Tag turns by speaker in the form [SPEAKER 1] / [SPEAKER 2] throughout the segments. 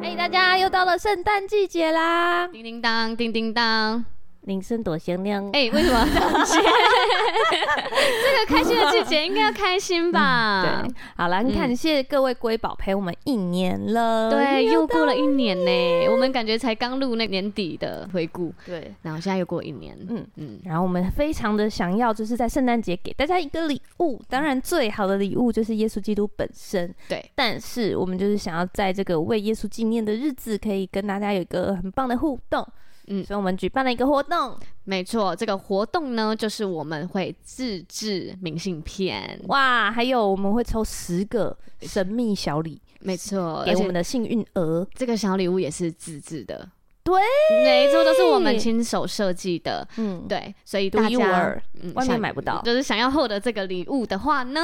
[SPEAKER 1] 嗨，哎大家又到了圣诞季节啦，
[SPEAKER 2] 叮叮当，叮叮当。
[SPEAKER 1] 铃声多响亮。
[SPEAKER 2] 哎、为什么要这样 接？这个开心的季节应该要开心吧？
[SPEAKER 1] 对，好啦，你看，
[SPEAKER 2] 嗯
[SPEAKER 1] 谢谢各位瑰宝陪我们一年了，
[SPEAKER 2] 对，又过了
[SPEAKER 1] 一
[SPEAKER 2] 一年呢。我们感觉才刚录那年底的回顾，
[SPEAKER 1] 对。
[SPEAKER 2] 然后现在又过一年。
[SPEAKER 1] 嗯
[SPEAKER 2] 嗯嗯，
[SPEAKER 1] 然后我们非常的想要，就是在圣诞节给大家一个礼物。当然，最好的礼物就是耶稣基督本身。
[SPEAKER 2] 对，
[SPEAKER 1] 但是我们就是想要在这个为耶稣纪念的日子，可以跟大家有一个很棒的互动。嗯，
[SPEAKER 2] 嗯
[SPEAKER 1] 所以我们举办了一个活动，
[SPEAKER 2] 没错，这个活动呢，就是我们会自制明信片。
[SPEAKER 1] 哇，还有我们会抽十个神秘小礼
[SPEAKER 2] 没错，
[SPEAKER 1] 给
[SPEAKER 2] 哦而
[SPEAKER 1] 我
[SPEAKER 2] 且
[SPEAKER 1] 们的幸运儿。
[SPEAKER 2] 这个小礼物也是自制的。
[SPEAKER 1] 对，
[SPEAKER 2] 没错，都是我们亲手设计的。
[SPEAKER 1] 嗯，
[SPEAKER 2] 对，所以
[SPEAKER 1] 独
[SPEAKER 2] 大
[SPEAKER 1] 一无
[SPEAKER 2] 家
[SPEAKER 1] 二，
[SPEAKER 2] 嗯
[SPEAKER 1] 外面
[SPEAKER 2] 想
[SPEAKER 1] 买不到。
[SPEAKER 2] 就是想要获得这个礼物的话呢，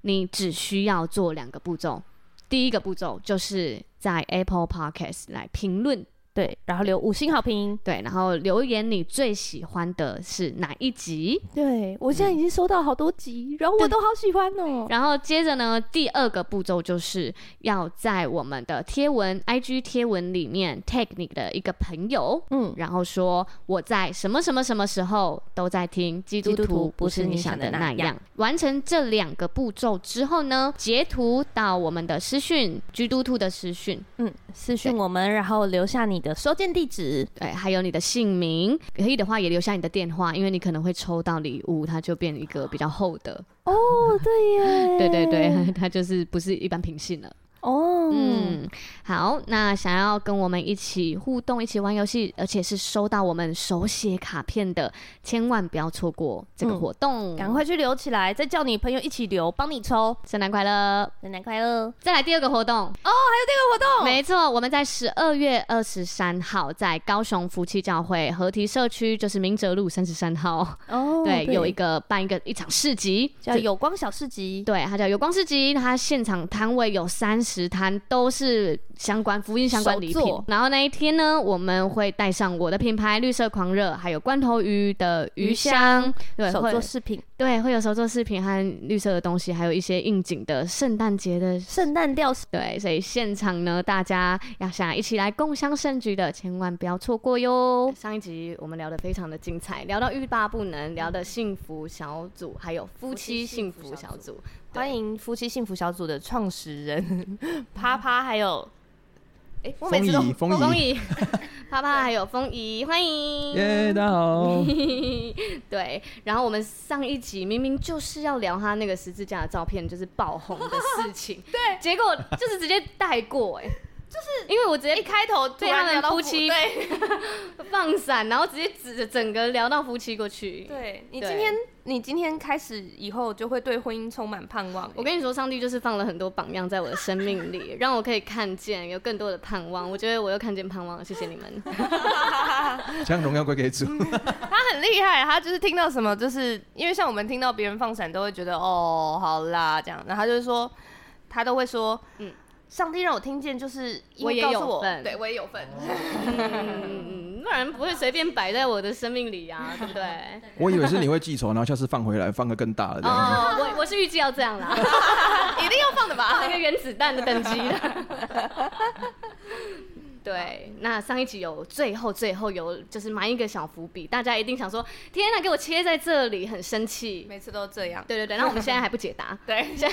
[SPEAKER 2] 你只需要做两个步骤。第一个步骤就是在 Apple Podcast 来评论，
[SPEAKER 1] 对，然后留五星好评。
[SPEAKER 2] 对，然后留言你最喜欢的是哪一集。
[SPEAKER 1] 对我现在已经收到好多集，然后我都好喜欢哦。
[SPEAKER 2] 然后接着呢，第二个步骤就是要在我们的贴文 IG 贴文里面 tag 你的一个朋友，
[SPEAKER 1] 嗯，
[SPEAKER 2] 然后说我在什么什么什么时候都在听基督
[SPEAKER 1] 基督徒
[SPEAKER 2] 徒不是你想的那
[SPEAKER 1] 不是你想
[SPEAKER 2] 样。完成这两个步骤之后呢，截图到我们的私讯基督徒的私讯，
[SPEAKER 1] 嗯，私讯我们，然后留下你的收件地址。
[SPEAKER 2] 对，哎还有你的姓名，可以的话也留下你的电话，因为你可能会抽到礼物，它就变一个比较厚的。
[SPEAKER 1] 哦，对耶，
[SPEAKER 2] 对 对对， 它就是不是一般平信了。
[SPEAKER 1] 哦，嗯，
[SPEAKER 2] 嗯，好，那想要跟我们一起互动、一起玩游戏，而且是收到我们手写卡片的，千万不要错过这个
[SPEAKER 1] 嗯
[SPEAKER 2] 活动，
[SPEAKER 1] 赶快去留起来，再叫你朋友一起留，帮你抽。
[SPEAKER 2] 圣诞快乐！
[SPEAKER 1] 圣诞快乐！
[SPEAKER 2] 再来第二个活动，
[SPEAKER 1] 哦这个活动
[SPEAKER 2] 没错，我们在十二月二十三号在高雄福气教会合体社区，就是明哲路三十三号，
[SPEAKER 1] 哦
[SPEAKER 2] 对，有一个办一个一场市集，
[SPEAKER 1] 叫有光小市集，
[SPEAKER 2] 对，它叫有光市集，它现场摊位有三十摊，都是相关福音相关礼
[SPEAKER 1] 手
[SPEAKER 2] 品
[SPEAKER 1] 作。
[SPEAKER 2] 然后那一天呢，我们会带上我的品牌绿色狂热，还有罐头鱼的
[SPEAKER 1] 鱼
[SPEAKER 2] 鱼香，对，
[SPEAKER 1] 手
[SPEAKER 2] 会
[SPEAKER 1] 作饰品，
[SPEAKER 2] 对会有手作饰品和绿色的东西，还有一些应景的圣诞节的。
[SPEAKER 1] 圣诞吊饰。
[SPEAKER 2] 对，所以现场呢，大家要想一起来共襄盛举的，千万不要错过哟。哎上一集我们聊得非常的精彩，聊到欲罢不能，聊的幸福小组，还有夫妻幸福小组。对
[SPEAKER 1] 欢迎夫妻幸福小组的创始人 啪啪，还有哎，我每次都
[SPEAKER 3] 风仪风仪
[SPEAKER 2] 风仪， 啪啪还有风仪，欢迎。
[SPEAKER 3] 耶大家好。
[SPEAKER 2] 对，然后我们上一集明明就是要聊他那个十字架的照片，就是爆红的事情， 对，结果就是直接带过、哎，就是因为我直接一
[SPEAKER 1] 开头突
[SPEAKER 2] 被他
[SPEAKER 1] 然
[SPEAKER 2] 们
[SPEAKER 1] 聊到
[SPEAKER 2] 夫
[SPEAKER 1] 夫
[SPEAKER 2] 妻
[SPEAKER 1] 对
[SPEAKER 2] 放闪，然后直接指着整个聊到夫妻过去。，
[SPEAKER 1] 对，你
[SPEAKER 2] 对
[SPEAKER 1] 今天你今天开始以后就会对婚姻充满盼望。
[SPEAKER 2] 我跟你说，上帝就是放了很多榜样在我的生命里，让我可以看见有更多的盼望。我觉得我又看见盼望了，谢谢你 们。嗯
[SPEAKER 3] 将荣耀归给主。
[SPEAKER 1] 他很厉害，他就是听到什么，就是因为像我们听到别人放闪，都会觉得哦，好啦这样，然后他就说，他都会说，嗯
[SPEAKER 2] 嗯，
[SPEAKER 1] 上帝让我听见，就是因
[SPEAKER 2] 我
[SPEAKER 1] 为
[SPEAKER 2] 也
[SPEAKER 1] 告诉
[SPEAKER 2] 有
[SPEAKER 1] 我，
[SPEAKER 2] 份
[SPEAKER 1] 对我也有份，哦
[SPEAKER 2] 嗯，不然不会随便摆在我的生命里 啊，对不对？
[SPEAKER 3] 我以为是你会记仇，然后下次放回来，放个更大的这样子。
[SPEAKER 2] 哦，我我是预计要这样啦，
[SPEAKER 1] 一定要放的吧？
[SPEAKER 2] 放一个原子弹的等级的。 对，那上一集有最后最后有就是埋一个小伏笔，大家一定想说，天啊哪，给我切在这里，很生气。
[SPEAKER 1] 每次都这样，
[SPEAKER 2] 对对对，那我们现在还不解答
[SPEAKER 1] 对， 说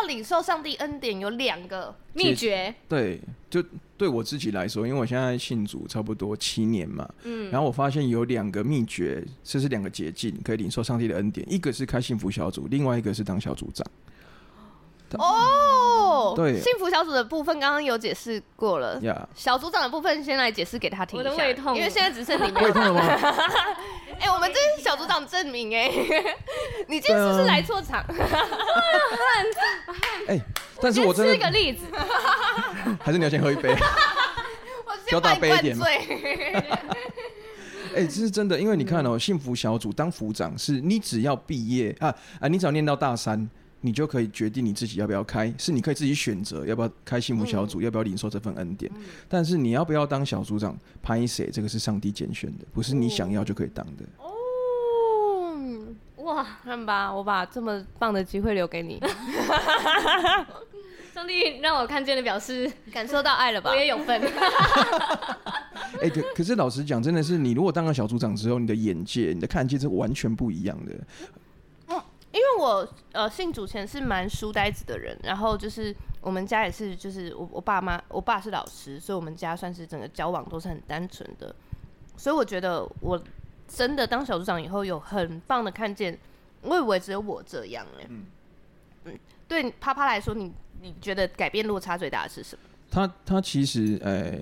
[SPEAKER 1] 要领受上帝恩典有两个，
[SPEAKER 2] 秘诀，
[SPEAKER 3] 对，就对我自己来说，因为我现在信主差不多七年嘛，嗯，然后我发现有两个秘诀，这是两个捷径，可以领受上帝的恩典。一个是开幸福小组，另外一个是当小组长。
[SPEAKER 1] 哦，
[SPEAKER 3] 对
[SPEAKER 1] 幸福小组的部分刚刚有解释过了。
[SPEAKER 3] 呀、
[SPEAKER 1] 小组长的部分先来解释给他听一下，
[SPEAKER 2] 我的胃痛
[SPEAKER 1] 因为现在只剩你 没有
[SPEAKER 3] 会痛了吗？
[SPEAKER 1] 哎、我们这是小组长证明哎、 你今天是不是
[SPEAKER 3] 对啊
[SPEAKER 1] 来错场？
[SPEAKER 3] 哎、但是我真
[SPEAKER 2] 先吃一个
[SPEAKER 3] 的
[SPEAKER 2] 例子，
[SPEAKER 3] 还是你要先喝一杯。
[SPEAKER 1] 我先
[SPEAKER 3] 比较大杯一点嘛。
[SPEAKER 1] 醉。
[SPEAKER 3] 哎、这是真的，因为你看哦，幸福小组当组长是你只要毕业啊啊，你只要念到大三，你就可以决定你自己要不要开，是你可以自己选择要不要开幸福小组，要不要领受这份恩典。但是你要不要当小组长，拍谁这个是上帝拣选的，不是你想要就可以当的。
[SPEAKER 1] 哦，
[SPEAKER 2] 哇，
[SPEAKER 1] 看吧，我把这么棒的机会留给你，
[SPEAKER 2] 上帝让我看见的表示，
[SPEAKER 1] 感受到爱了吧
[SPEAKER 2] 我？也有份。
[SPEAKER 3] 哎、可可是老实讲，真的是你如果当了小组长之后，你的眼界、你的看见是完全不一样的。
[SPEAKER 1] 因为我呃信主前是蛮书呆子的人，然后就是我们家也是，就是我我爸妈，我爸是老师，所以我们家算是整个交往都是很单纯的，所以我觉得我真的当小组长以后有很棒的看见，我以为只有我这样哎、嗯
[SPEAKER 3] 嗯
[SPEAKER 1] 对啪啪来说，你你觉得改变落差最大的是什么？
[SPEAKER 3] 他他其实呃、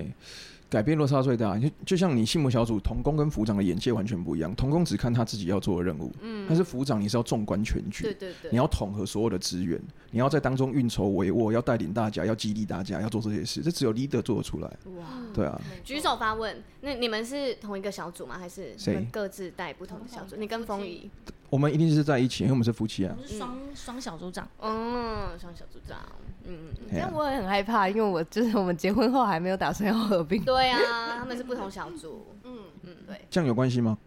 [SPEAKER 3] 改变落差最大，就就像你信魔小组童工跟辅长的眼界完全不一样，童工只看他自己要做的任务，但是辅长你是要纵观全局，
[SPEAKER 2] 嗯对
[SPEAKER 3] 你，要统合所有的资源，你要在当中运筹帷幄，要带领大家，要激励大家，要做这些事，这只有 leader 做得出来，
[SPEAKER 2] 哇！
[SPEAKER 3] 对啊，
[SPEAKER 2] 举手发问，那你们是同一个小组吗？还是你
[SPEAKER 3] 谁
[SPEAKER 2] 们各自带不同的小组？你跟风仪，
[SPEAKER 3] 我们一定是在一起，因为我们是夫妻啊
[SPEAKER 4] 我，们是双双小组长，
[SPEAKER 2] 嗯，双小组长，嗯，
[SPEAKER 3] 哎呀
[SPEAKER 1] 但我也很害怕，因为我就是我们结婚后还没有打算要合并。
[SPEAKER 2] 对 啊，他们是不同小组，
[SPEAKER 1] 嗯嗯，对，
[SPEAKER 3] 这样有关系吗？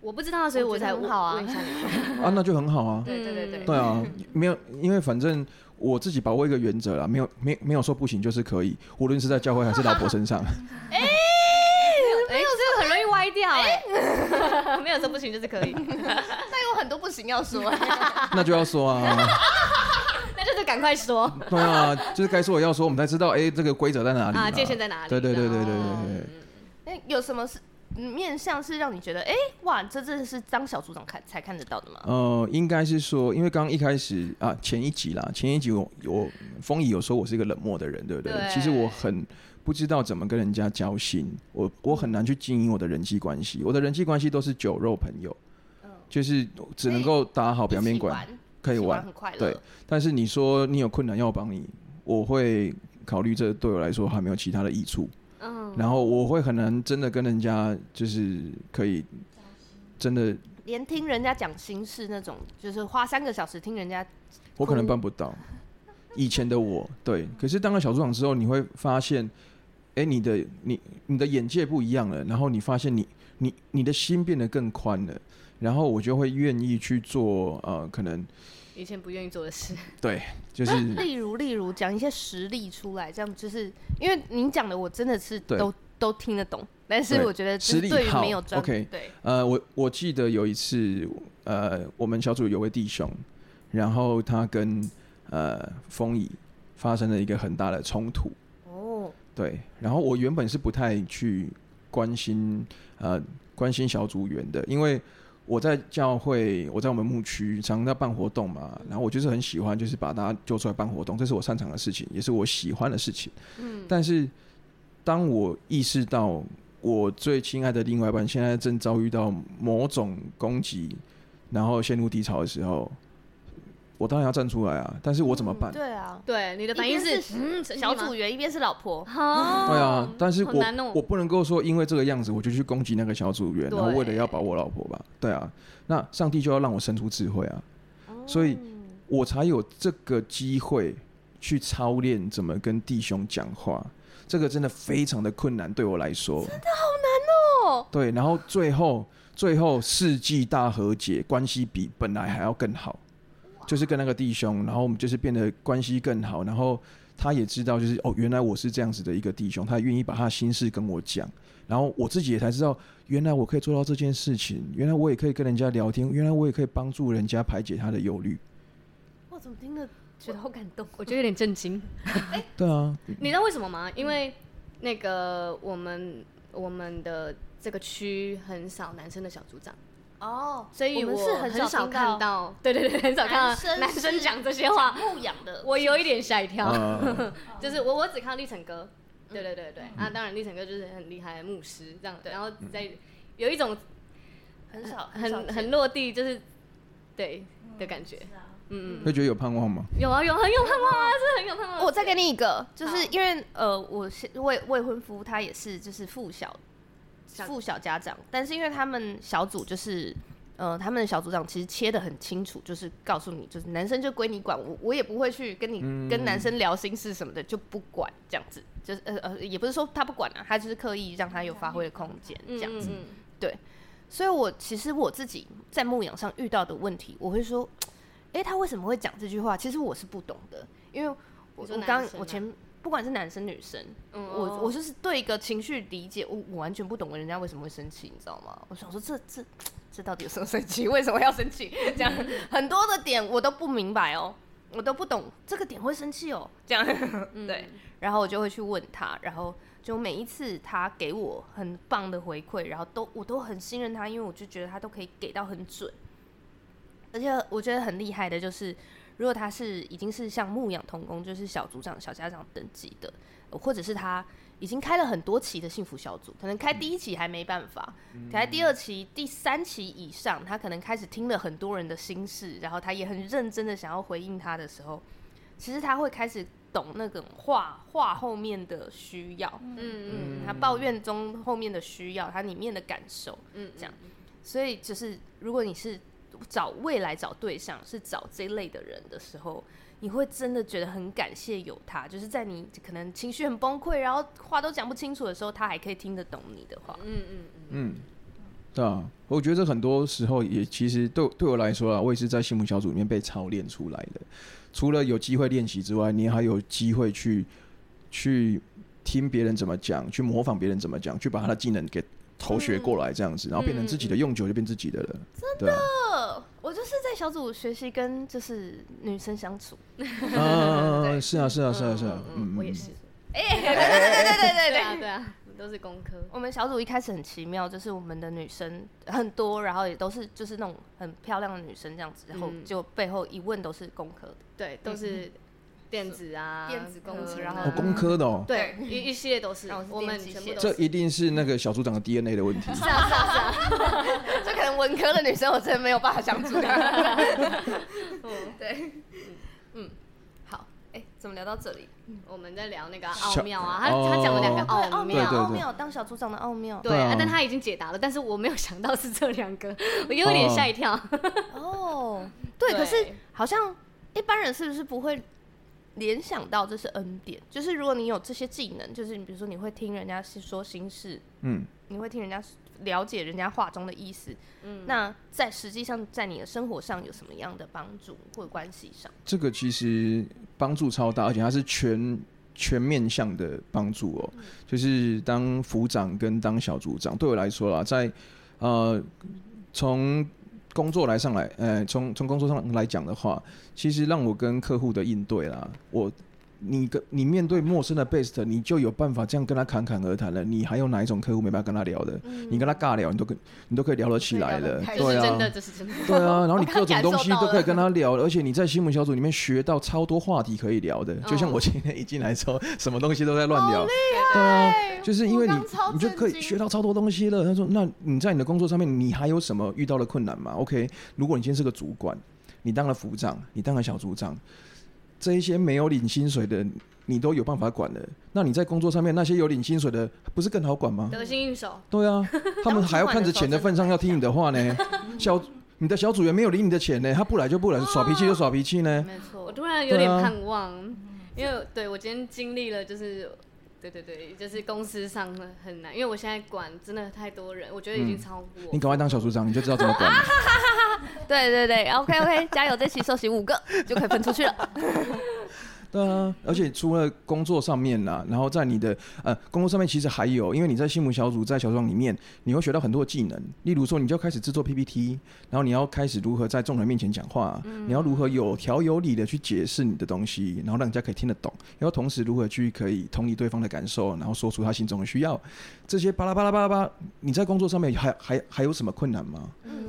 [SPEAKER 2] 我不知道，所以
[SPEAKER 1] 我
[SPEAKER 2] 我
[SPEAKER 1] 觉得
[SPEAKER 2] 才
[SPEAKER 1] 很好啊嗯
[SPEAKER 2] 问一 下你们。
[SPEAKER 3] 啊，那就很好啊，
[SPEAKER 1] 对对对对
[SPEAKER 3] 对啊，没有，因为反正我自己把握一个原则啦，没有没没有说不行就是可以，无论是在教会还是老婆身上，
[SPEAKER 2] 没有这个很容易歪掉哎，没有说不行就是可以，
[SPEAKER 1] 但有很多不行要说、
[SPEAKER 3] 那就要说啊。
[SPEAKER 2] 那就是赶快说
[SPEAKER 3] 对啊，就是该说我要说，我们才知道，哎、这个规则在哪里嘛
[SPEAKER 2] 啊，界限在哪里？嗯
[SPEAKER 3] 对对对对对对
[SPEAKER 2] 然后
[SPEAKER 3] 对对
[SPEAKER 1] 那有什么是嗯面向是让你觉得，哎、哇，这真的是当小组长看才看得到的吗？
[SPEAKER 3] 呃，应该是说，因为刚刚一开始啊，前一集啦，前一集我我风仪有说我是一个冷漠的人，对不对？
[SPEAKER 2] 对
[SPEAKER 3] 其实我很不知道怎么跟人家交心，我我很难去经营我的人际关系，我的人际关系都是酒肉朋友，
[SPEAKER 2] 嗯
[SPEAKER 3] 就是只能够打好表面
[SPEAKER 1] 一起
[SPEAKER 3] 关，
[SPEAKER 1] 玩
[SPEAKER 3] 可以
[SPEAKER 1] 一起
[SPEAKER 3] 玩
[SPEAKER 1] 很，快乐。
[SPEAKER 3] 对，但是你说你有困难要我帮你，我会考虑这对我来说还没有其他的益处。
[SPEAKER 2] 嗯，
[SPEAKER 3] 然后我会很难真的跟人家就是可以真的，
[SPEAKER 1] 连听人家讲心事那种，就是花三个小时听人家，
[SPEAKER 3] 我可能
[SPEAKER 1] 哭
[SPEAKER 3] 办不到。以前的我，对，可是当了小组长之后，你会发现，哎、你的你你的眼界不一样了，然后你发现你你你的心变得更宽了，然后我就会愿意去做，呃，可能
[SPEAKER 2] 以前不愿意做的事，
[SPEAKER 3] 对，就是
[SPEAKER 1] 例如例如讲一些实例出来，这样就是因为您讲的我真的是
[SPEAKER 3] 对
[SPEAKER 1] 都都听得懂，但是
[SPEAKER 3] 对
[SPEAKER 1] 我觉得就是
[SPEAKER 3] 实例
[SPEAKER 1] 对于
[SPEAKER 3] 好
[SPEAKER 1] 没有专
[SPEAKER 3] OK
[SPEAKER 1] 对，
[SPEAKER 3] 呃，我我记得有一次，呃，我们小组有位弟兄，然后他跟呃风乙发生了一个很大的冲突。
[SPEAKER 1] 哦，
[SPEAKER 3] 对，然后我原本是不太去关心呃关心小组员的，因为我在教会，我在我们牧区常常在办活动嘛，然后我就是很喜欢，就是把大家揪出来办活动，这是我擅长的事情，也是我喜欢的事情。嗯，但是当我意识到我最亲爱的另外一半现在正遭遇到某种攻击，然后陷入低潮的时候，我当然要站出来啊，但是我怎么办？
[SPEAKER 1] 对啊，
[SPEAKER 2] 对你的反应
[SPEAKER 1] 一边
[SPEAKER 2] 是
[SPEAKER 1] 是
[SPEAKER 2] 嗯，
[SPEAKER 1] 小组员一边是老婆，
[SPEAKER 2] 好，
[SPEAKER 3] 对啊，但是
[SPEAKER 2] 好
[SPEAKER 3] 我、
[SPEAKER 2] 难哦
[SPEAKER 3] 我不能够说因为这个样子我就去攻击那个小组员，
[SPEAKER 2] 对
[SPEAKER 3] 然后为了要保我老婆吧，对啊，那上帝就要让我生出智慧啊，所以我才有这个机会去操练怎么跟弟兄讲话，这个真的非常的困难对我来说，真的好难哦。对，然后最后最后世纪大和解，关系比本来还要更好，就是跟那个弟兄，然后我们就是变得关系更好，然后他也知道就是哦，原来我是这样子的一个弟兄，他也愿意把他的心事跟我讲，然后我自己也才知道，原来我可以做到这件事情，原来我也可以跟人家聊天，原来我也可以帮助人家排解他的忧虑。
[SPEAKER 1] 我怎么听得觉得好感动？
[SPEAKER 2] 我觉得有点震惊。
[SPEAKER 3] 对啊，
[SPEAKER 2] 你知道为什么吗？因为那个我们我们的这个区很少男生的小组长，
[SPEAKER 1] 哦，
[SPEAKER 2] 所以
[SPEAKER 1] 我
[SPEAKER 2] 我
[SPEAKER 1] 们是很
[SPEAKER 2] 很
[SPEAKER 1] 少
[SPEAKER 2] 少
[SPEAKER 1] 听到
[SPEAKER 2] 看到，对对对，很少看到男生讲这些话，
[SPEAKER 1] 牧养的，
[SPEAKER 2] 我有一点吓一跳。
[SPEAKER 3] 呃，
[SPEAKER 2] 就是我我只看到立成哥，
[SPEAKER 5] 嗯
[SPEAKER 2] 对对对对，啊，当然立成哥就是很厉害的牧师这样，
[SPEAKER 3] 嗯
[SPEAKER 2] 然后在有一种
[SPEAKER 1] 呃很少
[SPEAKER 2] 很
[SPEAKER 1] 少见
[SPEAKER 5] 啊
[SPEAKER 2] 很落地，就是对的感觉。嗯
[SPEAKER 3] 会觉得有盼望吗？
[SPEAKER 2] 有啊有很有盼望啊，是很有盼望。
[SPEAKER 5] 我再给你一个，就是
[SPEAKER 2] 好
[SPEAKER 5] 因为呃，我是未未婚夫，他也是就是附小
[SPEAKER 2] 小
[SPEAKER 5] 附小家长，但是因为他们小组就是呃，他们的小组长其实切的很清楚，就是告诉你，就是男生就归你管，我我也不会去跟你、跟男生聊心事什么的，就不管这样子，就是呃呃，也不是说他不管啊，他就是刻意让他有发挥的空间这样子。
[SPEAKER 2] 嗯
[SPEAKER 5] 所以我其实我自己在牧养上遇到的问题，我会说，诶，他为什么会讲这句话？其实我是不懂的，因为我
[SPEAKER 2] 你说
[SPEAKER 5] 我
[SPEAKER 2] 男
[SPEAKER 5] 刚
[SPEAKER 2] 生
[SPEAKER 5] 我
[SPEAKER 2] 啊
[SPEAKER 5] 前不管是男生女生，
[SPEAKER 2] 嗯
[SPEAKER 5] 我我就是对一个情绪理解，我我完全不懂人家为什么会生气，你知道吗？我想说这这这到底有什么生气？为什么要生气？ 这样很多的点我都不明白哦，我都不懂这个点会生气哦，这样
[SPEAKER 2] 嗯
[SPEAKER 5] 对。然后我就会去问他，然后就每一次他给我很棒的回馈，然后都我都很信任他，因为我就觉得他都可以给到很准，而且我觉得很厉害的就是，如果他是已经是像牧养童工，就是小组长、小家长等级的，呃或者是他已经开了很多期的幸福小组，可能开第一期还没办法，可开第二期、第三期以上，他可能开始听了很多人的心事，然后他也很认真的想要回应他的时候，其实他会开始懂那种话话后面的需要，
[SPEAKER 2] 嗯嗯
[SPEAKER 5] 他抱怨中后面的需要，他里面的感受，
[SPEAKER 2] 嗯
[SPEAKER 5] 这样所以就是如果你是找未来找对象是找这类的人的时候，你会真的觉得很感谢有他，就是在你可能情绪很崩溃，然后话都讲不清楚的时候，他还可以听得懂你的话。
[SPEAKER 2] 嗯嗯
[SPEAKER 3] 嗯，对啊，我觉得这很多时候也其实对对我来说啊，我也是在幸福小组里面被操练出来的。除了有机会练习之外，你还有机会去去听别人怎么讲，去模仿别人怎么讲，去把他的技能给头学过来，这样
[SPEAKER 2] 嗯
[SPEAKER 3] 子，然后变成自己的，用久就变自己的了。啊真的，
[SPEAKER 5] 呃，我就是在小组学习跟就是女生相处。
[SPEAKER 3] 嗯，是啊，是啊，是啊，是啊，嗯，
[SPEAKER 2] 我也是。
[SPEAKER 5] 哎 对对对对
[SPEAKER 2] 对啊对啊，都是工科。
[SPEAKER 5] 我们小组一开始很奇妙，就是我们的女生很多，然后也都是就是那种很漂亮的女生这样子，然后
[SPEAKER 2] 嗯
[SPEAKER 5] 就背后一问都是工科的。
[SPEAKER 2] 对，都是电子啊，
[SPEAKER 5] 电子工
[SPEAKER 2] 工
[SPEAKER 5] 科
[SPEAKER 2] 程
[SPEAKER 5] 然
[SPEAKER 2] 啊
[SPEAKER 5] 后
[SPEAKER 3] 哦，工科的哦，
[SPEAKER 2] 对一一系列都是
[SPEAKER 5] 然后我，是
[SPEAKER 2] 我们
[SPEAKER 5] 电机
[SPEAKER 2] 全部
[SPEAKER 5] 系
[SPEAKER 2] 都
[SPEAKER 3] 这
[SPEAKER 2] 是
[SPEAKER 3] 一定是那个小组长的 DNA 的问题。
[SPEAKER 2] 是啊是啊是啊，
[SPEAKER 5] 就可能文科的女生，我真的没有办法相处。
[SPEAKER 2] 嗯
[SPEAKER 5] 哦对，嗯，好，哎、怎么聊到这里？
[SPEAKER 2] 我们在聊那个奥
[SPEAKER 3] 小
[SPEAKER 2] 妙啊，他
[SPEAKER 3] 哦
[SPEAKER 2] 他讲了两个
[SPEAKER 5] 对，
[SPEAKER 2] 奥
[SPEAKER 5] 奥
[SPEAKER 2] 妙啊
[SPEAKER 3] 对，
[SPEAKER 5] 妙，
[SPEAKER 3] 对
[SPEAKER 5] 奥妙，当小组长的奥妙。
[SPEAKER 2] 对
[SPEAKER 3] 对
[SPEAKER 2] 啊
[SPEAKER 3] 啊，
[SPEAKER 2] 但他已经解答了，但是我没有想到是这两个，我
[SPEAKER 3] 嗯
[SPEAKER 2] 有点吓一跳。
[SPEAKER 5] 哦，对，
[SPEAKER 2] 对
[SPEAKER 5] 可是好像一般人是不是不会联想到这是恩典？就是如果你有这些技能，就是你比如说你会听人家说心事，
[SPEAKER 3] 嗯，
[SPEAKER 5] 你会听人家了解人家话中的意思，嗯，那在实际上在你的生活上有什么样的帮助或者关系上？
[SPEAKER 3] 这个其实帮助超大，而且它是全全面向的帮助哦。就是当副长跟当小组长，对我来说啦，在呃从工作来上来，呃，从从工作上来讲的话，其实让我跟客户的应对啦，我。你跟你面对陌生的 best，你就有办法这样跟他侃侃而谈了。你还有哪一种客户没办法跟他聊的？你跟他尬聊，你都跟你都可以聊得起来了。
[SPEAKER 5] 可以
[SPEAKER 2] 这
[SPEAKER 5] 聊得很开
[SPEAKER 3] 对
[SPEAKER 5] 心
[SPEAKER 2] 是
[SPEAKER 3] 啊，
[SPEAKER 2] 真的，这是真的。
[SPEAKER 3] 对 啊，然后你各种东西
[SPEAKER 5] 我刚感受到
[SPEAKER 3] 都
[SPEAKER 5] 了
[SPEAKER 3] 可以跟他聊，而且你在新闻小组里面学到超多话题可以聊的。就像
[SPEAKER 2] 嗯
[SPEAKER 3] 我今天一进来之后，什么东西都在乱聊，对啊，就是因为你你就可以学到超多东西了。他说，那你在你的工作上面，你还有什么遇到的困难吗？OK，如果你今天是个主管，你当了副长，你当了小组长，这一些没有领薪水的，你都有办法管的。那你在工作上面那些有领薪水的，不是更好管吗？
[SPEAKER 2] 得心应手，
[SPEAKER 3] 对啊，他们还要看着钱的份上要听你的话呢。小你的小组员没有领你的钱呢，他不来就不来，耍脾气就耍脾气呢。
[SPEAKER 5] 没
[SPEAKER 2] 我
[SPEAKER 5] 错，
[SPEAKER 2] 突然有啊点
[SPEAKER 3] 对啊
[SPEAKER 2] 盼望，因为对我今天经历了，就是对对对，就是公司上很难，因为我现在管真的太多人，我觉得已经超过我。
[SPEAKER 3] 嗯你赶快当小组长，你就知道怎么管了。
[SPEAKER 5] 对对对，OK OK，加油，这期收集五个就可以分出去了。
[SPEAKER 3] 对啊，而且除了工作上面啦，然后在你的呃工作上面，其实还有，因为你在新闻小组在小组长里面，你会学到很多技能，例如说你就开始制作 PPT，然后你要开始如何在众人面前讲话，你要如何有条有理的去解释你的东西，然后让人家可以听得懂，然后同时如何去可以同理对方的感受，然后说出他心中的需要，这些巴拉巴拉巴拉巴拉，你在工作上面还还还有什么困难吗？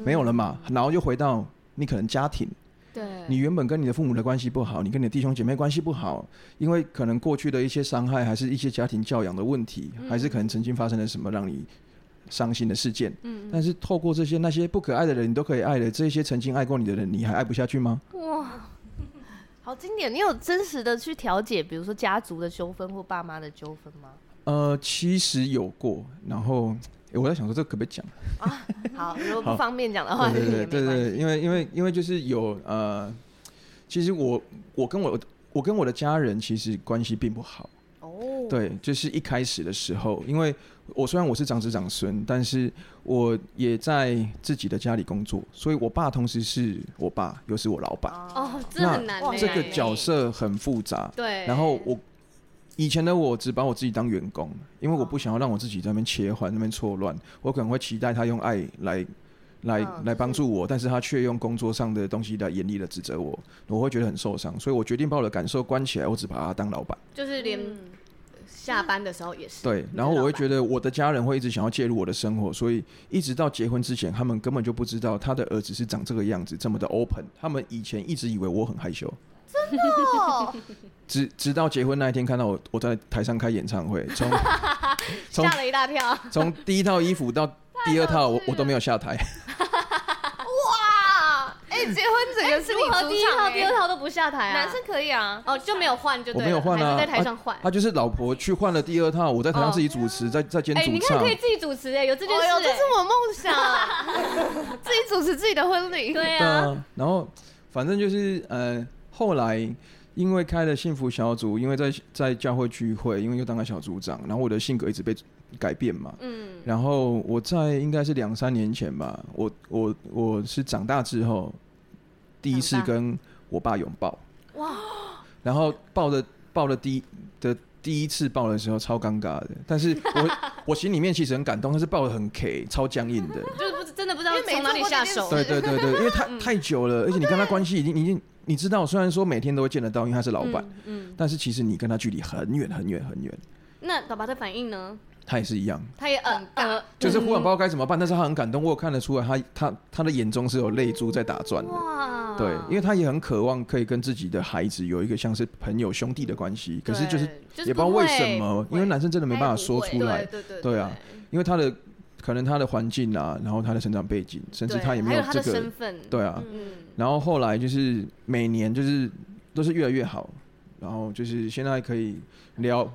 [SPEAKER 3] 没有了嘛，然后就回到你可能家庭。
[SPEAKER 2] 对
[SPEAKER 3] 你原本跟你的父母的关系不好，你跟你的弟兄姐妹关系不好，因为可能过去的一些伤害，还是一些家庭教养的问题，还是可能曾经发生了什么让你伤心的事件。嗯，但是透过这些那些不可爱的人，你都可以爱了，这些曾经爱过你的人，你还爱不下去吗？
[SPEAKER 2] 哇，
[SPEAKER 1] 好经典。你有真实的去调解，比如说家族的纠纷或爸妈的纠纷吗？
[SPEAKER 3] 呃，其实有过，然后、诶我在想说这可不可以讲？
[SPEAKER 1] 好，如果不
[SPEAKER 3] 好
[SPEAKER 1] 方便讲的话，
[SPEAKER 3] 对
[SPEAKER 1] 哦也没
[SPEAKER 3] 对对
[SPEAKER 1] 关系。
[SPEAKER 3] 对，因为因为因为就是有呃，其实我我跟我我跟我的家人其实关系并不好。
[SPEAKER 1] 哦，
[SPEAKER 3] 对，就是一开始的时候，因为我虽然我是长子长孙，但是我也在自己的家里工作，所以我爸同时是我爸又是我老板，
[SPEAKER 2] 哦，这
[SPEAKER 3] 那
[SPEAKER 2] 很难
[SPEAKER 1] 哇
[SPEAKER 2] 呢。
[SPEAKER 3] 这个角色很复杂。
[SPEAKER 2] 对，
[SPEAKER 3] 然后我以前的我只把我自己当员工，因为我不想要让我自己在那边切换、那边错乱，我可能会期待他用
[SPEAKER 2] 嗯
[SPEAKER 3] 爱来。来
[SPEAKER 1] 嗯
[SPEAKER 3] 来帮助我，但是他却用工作上的东西来严厉的指责我，我会觉得很受伤，所以我决定把我的感受关起来，我只把他当老板。
[SPEAKER 2] 就是连
[SPEAKER 1] 嗯
[SPEAKER 2] 下班的时候也是。
[SPEAKER 3] 对，然后我会觉
[SPEAKER 2] 得
[SPEAKER 3] 得我的家人会一直想要介入我的生活，所以一直到结婚之前，他们根本就不知道他的儿子是长这个样子，这么的 open。他们以前一直以为我很害羞，
[SPEAKER 1] 哦，
[SPEAKER 3] 直直到结婚那一天看到我我在台上开演唱会， 从从
[SPEAKER 2] 吓了一大跳，
[SPEAKER 3] 从第一套衣服到第二套，我我都没有下台。
[SPEAKER 1] 哇，哎，结婚整个是你
[SPEAKER 2] 如何第一
[SPEAKER 1] 主场
[SPEAKER 2] 套、
[SPEAKER 1] 哎
[SPEAKER 2] 第二套都不下台啊？
[SPEAKER 1] 男生可以啊，
[SPEAKER 2] 哦就没有换就对了，
[SPEAKER 3] 我没有换啊
[SPEAKER 2] 还是在台上换。
[SPEAKER 3] 他就是老婆去换了第二套，我在台上自己主持，在在兼
[SPEAKER 2] 哎，你
[SPEAKER 3] 主
[SPEAKER 2] 看
[SPEAKER 3] 唱
[SPEAKER 2] 可。以自己主持哎，有这件
[SPEAKER 1] 哎呦
[SPEAKER 2] 事
[SPEAKER 1] 这
[SPEAKER 2] 哎
[SPEAKER 1] 是。我梦想，自己主持自己的婚礼。
[SPEAKER 2] 对
[SPEAKER 3] 对
[SPEAKER 2] 啊，
[SPEAKER 3] 啊，然后反正就是呃，后来因为开了幸福小组，因为在在教会聚会，因为又当了小组长，然后我的性格一直被改变嘛。
[SPEAKER 2] 嗯，
[SPEAKER 3] 然后我在应该是两三年前吧，我我我是长大之后第一次
[SPEAKER 2] 长大
[SPEAKER 3] 跟我爸拥抱，
[SPEAKER 2] 哇，
[SPEAKER 3] 然后抱的抱的第一的第一次抱的时候超尴尬的，但是我我心里面其实很感动，但是抱的很 K，超僵硬的。
[SPEAKER 2] 就是不知真的不知道
[SPEAKER 1] 因为没
[SPEAKER 2] 从哪里
[SPEAKER 1] 做过
[SPEAKER 2] 下
[SPEAKER 1] 这件
[SPEAKER 2] 手
[SPEAKER 1] 事。
[SPEAKER 3] 对对对对，因为
[SPEAKER 2] 嗯
[SPEAKER 3] 太太久了，而且你跟他关系已经已经，你知道，虽然说每天都会见得到，因为他是老板，
[SPEAKER 2] 嗯，嗯，
[SPEAKER 3] 但是其实你跟他距离很远很远很远，
[SPEAKER 2] 那爸爸的反应呢？
[SPEAKER 3] 他也是一样，
[SPEAKER 2] 他也呃呃，
[SPEAKER 3] 就是忽然不知道该怎么办，但是他很感动，我有看得出来他，他他的眼中是有泪珠在打转
[SPEAKER 2] 嗯
[SPEAKER 3] 的。
[SPEAKER 2] 哇，
[SPEAKER 3] 对，因为他也很渴望可以跟自己的孩子有一个像是朋友兄弟的关系，可是就是
[SPEAKER 2] 对
[SPEAKER 3] 也不知道为什么，因为男生真的没办法说出来
[SPEAKER 2] 对，对对
[SPEAKER 3] 对啊，因为他的可能他的环境啊，然后他的成长背景，甚至
[SPEAKER 2] 对
[SPEAKER 3] 他也没
[SPEAKER 2] 还有他
[SPEAKER 3] 这
[SPEAKER 2] 的
[SPEAKER 3] 个
[SPEAKER 2] 身，份，
[SPEAKER 3] 对啊，
[SPEAKER 2] 嗯，
[SPEAKER 3] 然后后来就是每年就是都是越来越好，然后就是现在可以聊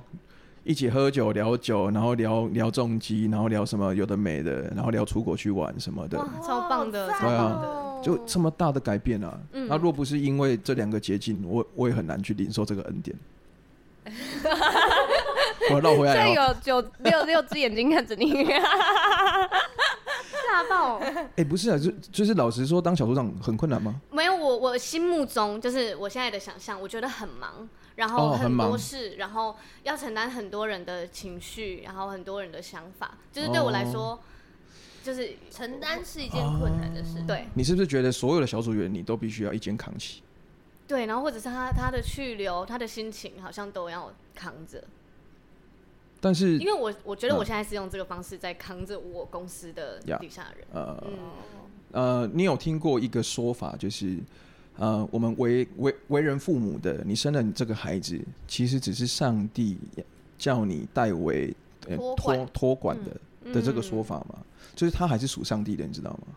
[SPEAKER 3] 一起喝酒聊酒，然后聊聊重机，然后聊什么有的没的，然后聊出国去玩什么的
[SPEAKER 2] 哇，，超棒的，
[SPEAKER 1] 哇
[SPEAKER 2] 超
[SPEAKER 3] 对啊
[SPEAKER 2] 棒的，
[SPEAKER 1] 好赞哦
[SPEAKER 3] 就这么大的改变啊！
[SPEAKER 2] 嗯
[SPEAKER 3] 那若不是因为这两个捷径，我我也很难去领受这个恩典。 我绕回来
[SPEAKER 1] 这
[SPEAKER 3] 哦，
[SPEAKER 1] 有九六六只眼睛看着你，
[SPEAKER 2] 吓爆！
[SPEAKER 3] 哎，不是啊，就就是老实说，当小组长很困难吗？
[SPEAKER 2] 没有我，我心目中就是我现在的想象，我觉得很忙，然后
[SPEAKER 3] 哦很
[SPEAKER 2] 很多
[SPEAKER 3] 忙
[SPEAKER 2] 事，然后要承担很多人的情绪，然后很多人的想法，就是对我来说，
[SPEAKER 3] 哦
[SPEAKER 2] 就是
[SPEAKER 1] 承担是一件困难的事。
[SPEAKER 2] 对
[SPEAKER 3] 你是不是觉得所有的小组员你都必须要一肩扛起？
[SPEAKER 2] 对，然后或者是他他的去留，他的心情好像都要扛着，
[SPEAKER 3] 但是
[SPEAKER 2] 因为我我觉得
[SPEAKER 3] 嗯
[SPEAKER 2] 我现在是用这个方式在扛着我公司的
[SPEAKER 3] 呀
[SPEAKER 2] 底下人，
[SPEAKER 3] 呃，
[SPEAKER 2] 嗯，
[SPEAKER 3] 呃，你有听过一个说法，就是呃，我们为为为人父母的，你生了你这个孩子，其实只是上帝叫你代为、呃
[SPEAKER 1] 托
[SPEAKER 3] 托
[SPEAKER 1] 管
[SPEAKER 3] 托管
[SPEAKER 2] 嗯
[SPEAKER 3] 的、
[SPEAKER 2] 嗯
[SPEAKER 3] 的这个说法嘛，就是他还是属上帝的，你知道吗？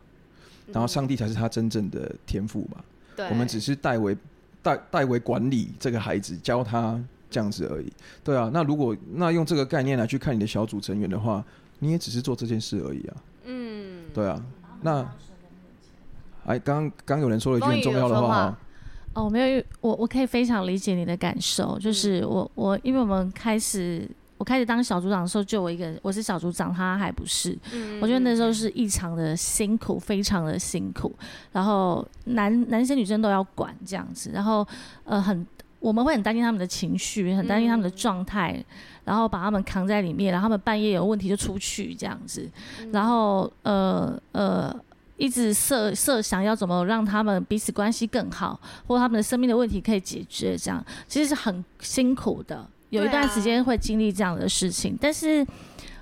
[SPEAKER 3] 然后上帝才是他真正的天赋嘛，
[SPEAKER 2] 对，
[SPEAKER 3] 我们只是代为代代为管理这个孩子，教他这样子而已。对啊，那如果那用这个概念来去看你的小组成员的话，你也只是做这件事而已啊。
[SPEAKER 2] 嗯，
[SPEAKER 3] 对啊，那哎，刚刚有人说了一句很重要的
[SPEAKER 2] 风雨有说话
[SPEAKER 3] 哦，
[SPEAKER 5] 哦，没有，因为我我可以非常理解你的感受，就是我我因为我们开始我开始当小组长的时候，就我一个人，我是小组长，他还不是，
[SPEAKER 2] 嗯
[SPEAKER 5] 我觉得那时候是异常的辛苦，非常的辛苦，然后男男生女生都要管这样子，然后呃很。我们会很担心他们的情绪，很担心他们的状态，然后把他们扛在里面，然后他们半夜有问题就出去这样子，然后呃呃，一直设设想要怎么让他们彼此关系更好，或他们的生命的问题可以解决，这样其实是很辛苦的，有一
[SPEAKER 2] 对啊
[SPEAKER 5] 段时间会经历这样的事情，但是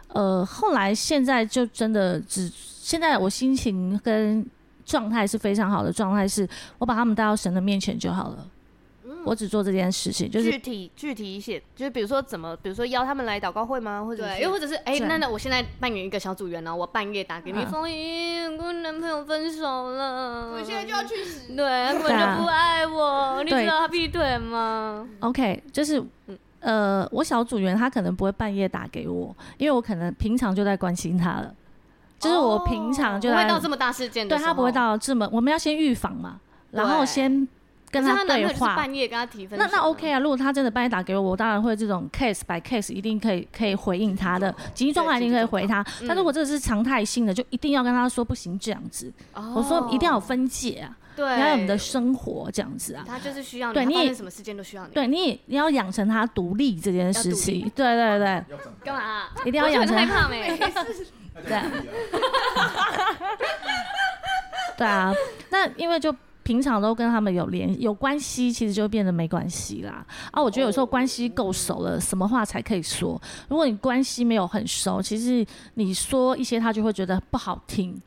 [SPEAKER 5] 呃，后来现在就真的只现在我心情
[SPEAKER 2] 嗯
[SPEAKER 5] 跟状态是非常好的状态，是我把他们带到神的面前就好了。我只做这件事情， 就
[SPEAKER 1] 具
[SPEAKER 5] 是
[SPEAKER 1] 体具体一些，就是比如说怎么，比如说邀他们来祷告会吗？或者
[SPEAKER 2] 对，
[SPEAKER 1] 是
[SPEAKER 2] 又或者是哎，
[SPEAKER 5] 对
[SPEAKER 2] 那那我现在扮演一个小组员呢，我半夜打给你，
[SPEAKER 5] 嗯
[SPEAKER 2] 风仪，我跟男朋友分手了，
[SPEAKER 1] 我现在就要去死。
[SPEAKER 2] 对，他根 本就不爱我，你
[SPEAKER 5] 啊对
[SPEAKER 2] 知道他劈腿吗？
[SPEAKER 5] OK，就是呃，我小组员他可能不会半夜打给我，因为我可能平常就在关心他了，就是我平常就
[SPEAKER 2] 哦不
[SPEAKER 5] 在、
[SPEAKER 2] 会到这么大事件的
[SPEAKER 5] 对
[SPEAKER 2] 时候，
[SPEAKER 5] 他不会到这么，我们要先预防嘛，然后
[SPEAKER 2] 对
[SPEAKER 5] 先跟
[SPEAKER 2] 可是她
[SPEAKER 5] 他
[SPEAKER 2] 男朋
[SPEAKER 5] 对
[SPEAKER 2] 友就是
[SPEAKER 5] 话。
[SPEAKER 2] 半夜跟他提分手
[SPEAKER 5] 那
[SPEAKER 2] 啊，
[SPEAKER 5] 那 OK 啊，如果他真的半夜打给我，我当然会这种 case by case 一定可以可以回应他的，紧急状况一定可以回他。
[SPEAKER 2] 嗯
[SPEAKER 5] 但如果这是常态性的，就一定要跟他说不行这样子。
[SPEAKER 2] 哦，
[SPEAKER 5] 我说一定要有分界啊，
[SPEAKER 2] 对，
[SPEAKER 5] 你要有你的生活这样子啊。
[SPEAKER 2] 他就是需要你，
[SPEAKER 5] 对
[SPEAKER 2] 他
[SPEAKER 5] 你
[SPEAKER 2] 发
[SPEAKER 5] 也
[SPEAKER 2] 生什么事件都需要你。
[SPEAKER 5] 对你也，你要养成他独立这件事情
[SPEAKER 2] 要独立。
[SPEAKER 5] 对对对，
[SPEAKER 2] 干嘛啊？
[SPEAKER 5] 一定要
[SPEAKER 2] 我就
[SPEAKER 5] 养
[SPEAKER 2] 很
[SPEAKER 5] 成
[SPEAKER 2] 害 怕没？
[SPEAKER 5] 对对啊。那因为就平常都跟他们有联有关系，其实就变得没关系啦。啊，我觉得有时候关系够熟了，什么话才可以说？如果你关系没有很熟，其实你说一些他就会觉得不好听。
[SPEAKER 2] 嗯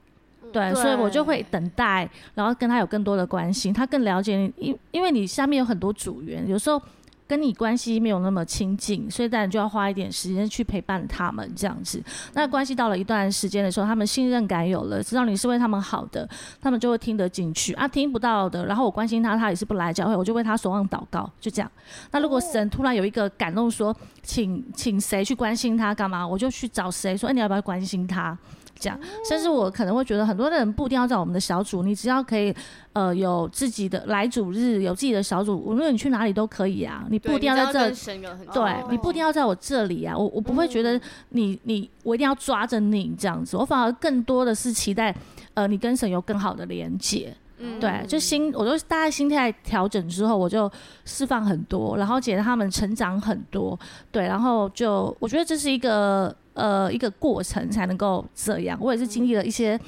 [SPEAKER 5] 对，所以我就会等待，然后跟他有更多的关心，他更了解你，因因为你下面有很多组员，有时候跟你关系没有那么亲近，所以当然就要花一点时间去陪伴他们这样子。那关系到了一段时间的时候，他们信任感有了，知道你是为他们好的，他们就会听得进去啊。听不到的，然后我关心他，他也是不来教会，我就为他守望祷告，就这样。那如果神突然有一个感动说，请请谁去关心他干嘛，我就去找谁说，哎、你要不要关心他？这
[SPEAKER 2] 哦
[SPEAKER 5] 样，甚至我可能会觉得很多人不一定要在我们的小组，你只要可以，呃，有自己的来主日，有自己的小组，无论你去哪里都可以啊，你
[SPEAKER 2] 对
[SPEAKER 5] 不一定
[SPEAKER 2] 你
[SPEAKER 5] 要
[SPEAKER 2] 知
[SPEAKER 5] 在
[SPEAKER 2] 道
[SPEAKER 5] 这
[SPEAKER 2] 跟神有很
[SPEAKER 5] 对、
[SPEAKER 1] 哦
[SPEAKER 5] 你不一定要在我这里啊，我我不会觉得你你我一定要抓着你这样子，我反而更多的是期待，呃，你跟神有更好的连接。
[SPEAKER 2] 嗯
[SPEAKER 5] 对，就心我就大概心态调整之后，我就释放很多，然后觉得他们成长很多，对，然后就我觉得这是一个呃一个过程才能够这样，我也是经历了一些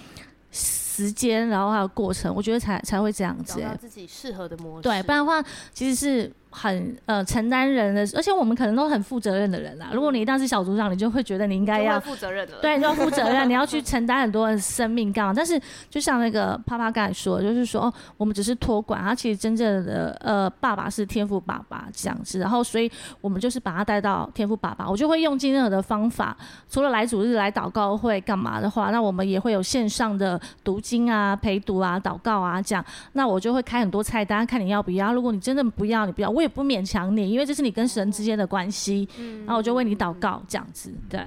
[SPEAKER 5] 时间，然后还有过程，我觉得才才会这样
[SPEAKER 1] 找
[SPEAKER 5] 子、欸
[SPEAKER 1] 到自己适合的模式，
[SPEAKER 5] 对，不然的话其实是很呃承担人的，而且我们可能都很负责任的人啊啦。如果你一旦是小组长，你就会觉得你应该
[SPEAKER 1] 就
[SPEAKER 5] 要
[SPEAKER 1] 会负责任了。，
[SPEAKER 5] 对，你要负责任，你要去承担很多人生命干嘛？但是就像那个啪啪刚才说的，就是说哦，我们只是托管，他其实真正的呃爸爸是天赋爸爸这样子，然后所以我们就是把他带到天赋爸爸，我就会用尽任何的方法，除了来主日来祷告会干嘛的话，那我们也会有线上的读经啊、陪读啊、祷告啊这样，那我就会开很多菜单，看你要不要。如果你真的不要，你不要，我也不勉强你，因为这是你跟神之间的关系，然后我就为你祷告这样子，对。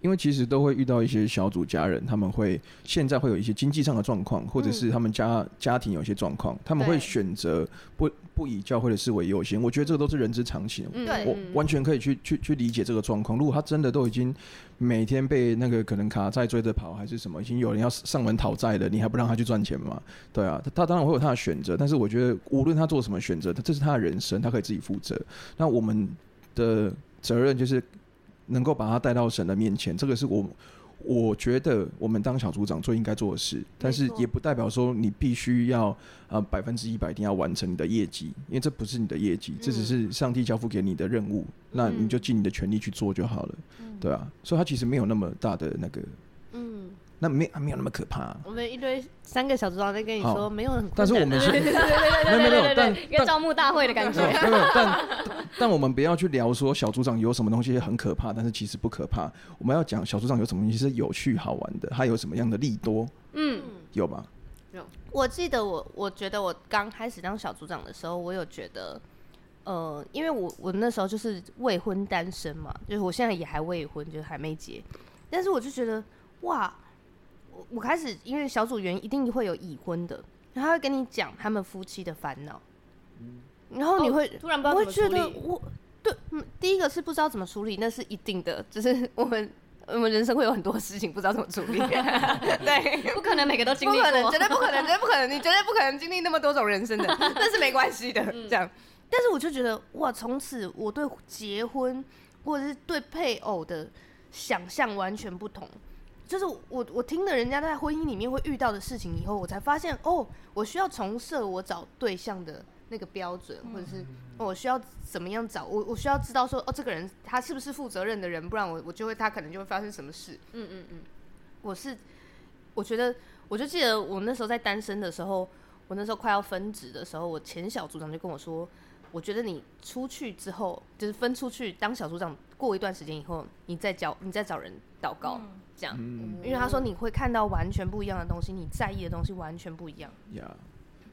[SPEAKER 3] 因为其实都会遇到一些小组家人，他们会现在会有一些经济上的状况，或者是
[SPEAKER 2] 嗯
[SPEAKER 3] 他们家、家庭有一些状况，他们
[SPEAKER 1] 对
[SPEAKER 3] 会选择不不以教会的事为优先。我觉得这个都是人之常情，
[SPEAKER 2] 嗯
[SPEAKER 1] 对
[SPEAKER 3] 我完全可以去去去理解这个状况。如果他真的都已经每天被那个可能卡债追着跑，还是什么，已经有人要上门讨债了，你还不让他去赚钱吗？对啊，他他当然会有他的选择，但是我觉得无论他做什么选择，他这是他的人生，他可以自己负责。那我们的责任就是能够把他带到神的面前，这个是我。我觉得我们当小组长最应该做的事，但是
[SPEAKER 1] 没错
[SPEAKER 3] 也不代表说你必须要呃百分之一百一定要完成你的业绩，因为这不是你的业绩，这只是上帝交付给你的任务，那你就尽你的全力去做就好了，对啊，所以他其实没有那么大的那个，
[SPEAKER 1] 嗯，
[SPEAKER 3] 那没没有那么可怕、
[SPEAKER 1] 我们一堆三个小组长在跟你说，
[SPEAKER 3] 好
[SPEAKER 1] 没有很困难啊，
[SPEAKER 3] 但是我们是，没有没有没有，但
[SPEAKER 2] 一个招募大会的感
[SPEAKER 3] 没有
[SPEAKER 2] 觉。
[SPEAKER 3] 没有，但但我们不要去聊说小组长有什么东西很可怕，但是其实不可怕。我们要讲小组长有什么东西是有趣好玩的，他有什么样的利多，
[SPEAKER 2] 嗯，
[SPEAKER 3] 有吧？
[SPEAKER 1] 我记得我，我觉得我刚开始当小组长的时候，我有觉得，呃，因为我我那时候就是未婚单身嘛，就是我现在也还未婚，就是还没结，但是我就觉得哇，我我开始因为小组员一定会有已婚的，然后他会跟你讲他们夫妻的烦恼，然后你会、
[SPEAKER 2] 哦突然不
[SPEAKER 1] 我
[SPEAKER 2] 知道
[SPEAKER 1] 会
[SPEAKER 2] 怎
[SPEAKER 1] 觉
[SPEAKER 2] 么处
[SPEAKER 1] 得
[SPEAKER 2] 理。
[SPEAKER 1] 我对，嗯，第一个是不知道怎么处理，那是一定的，就是我们我们人生会有很多事情不知道怎么 处理， 对。
[SPEAKER 2] 不可能每个都经
[SPEAKER 1] 不
[SPEAKER 2] 历
[SPEAKER 1] 可能，
[SPEAKER 2] 过
[SPEAKER 1] 绝，对不可能，绝对不可能，你绝对不可能经历那么多种人生的，但是没关系的，这样。但是我就觉得，哇，从此我对结婚或者是对配偶的想象完全不同。就是我我听了人家在婚姻里面会遇到的事情以后，我才发现哦，我需要重设我找对象的那个标准，或者是、哦我需要怎么样找我我需要知道说哦，这个人他是不是负责任的人，不然我我就会他可能就会发生什么事。
[SPEAKER 2] 嗯嗯嗯，
[SPEAKER 1] 我是，我觉得，我就记得我那时候在单身的时候，我那时候快要分职的时候，我前小组长就跟我说，我觉得你出去之后，就是分出去当小组长，过一段时间以后，你再找你再找人祷告，这样。
[SPEAKER 3] 嗯
[SPEAKER 1] 因为他说你会看到完全不一样的东西，你在意的东西完全不一样。
[SPEAKER 3] 呀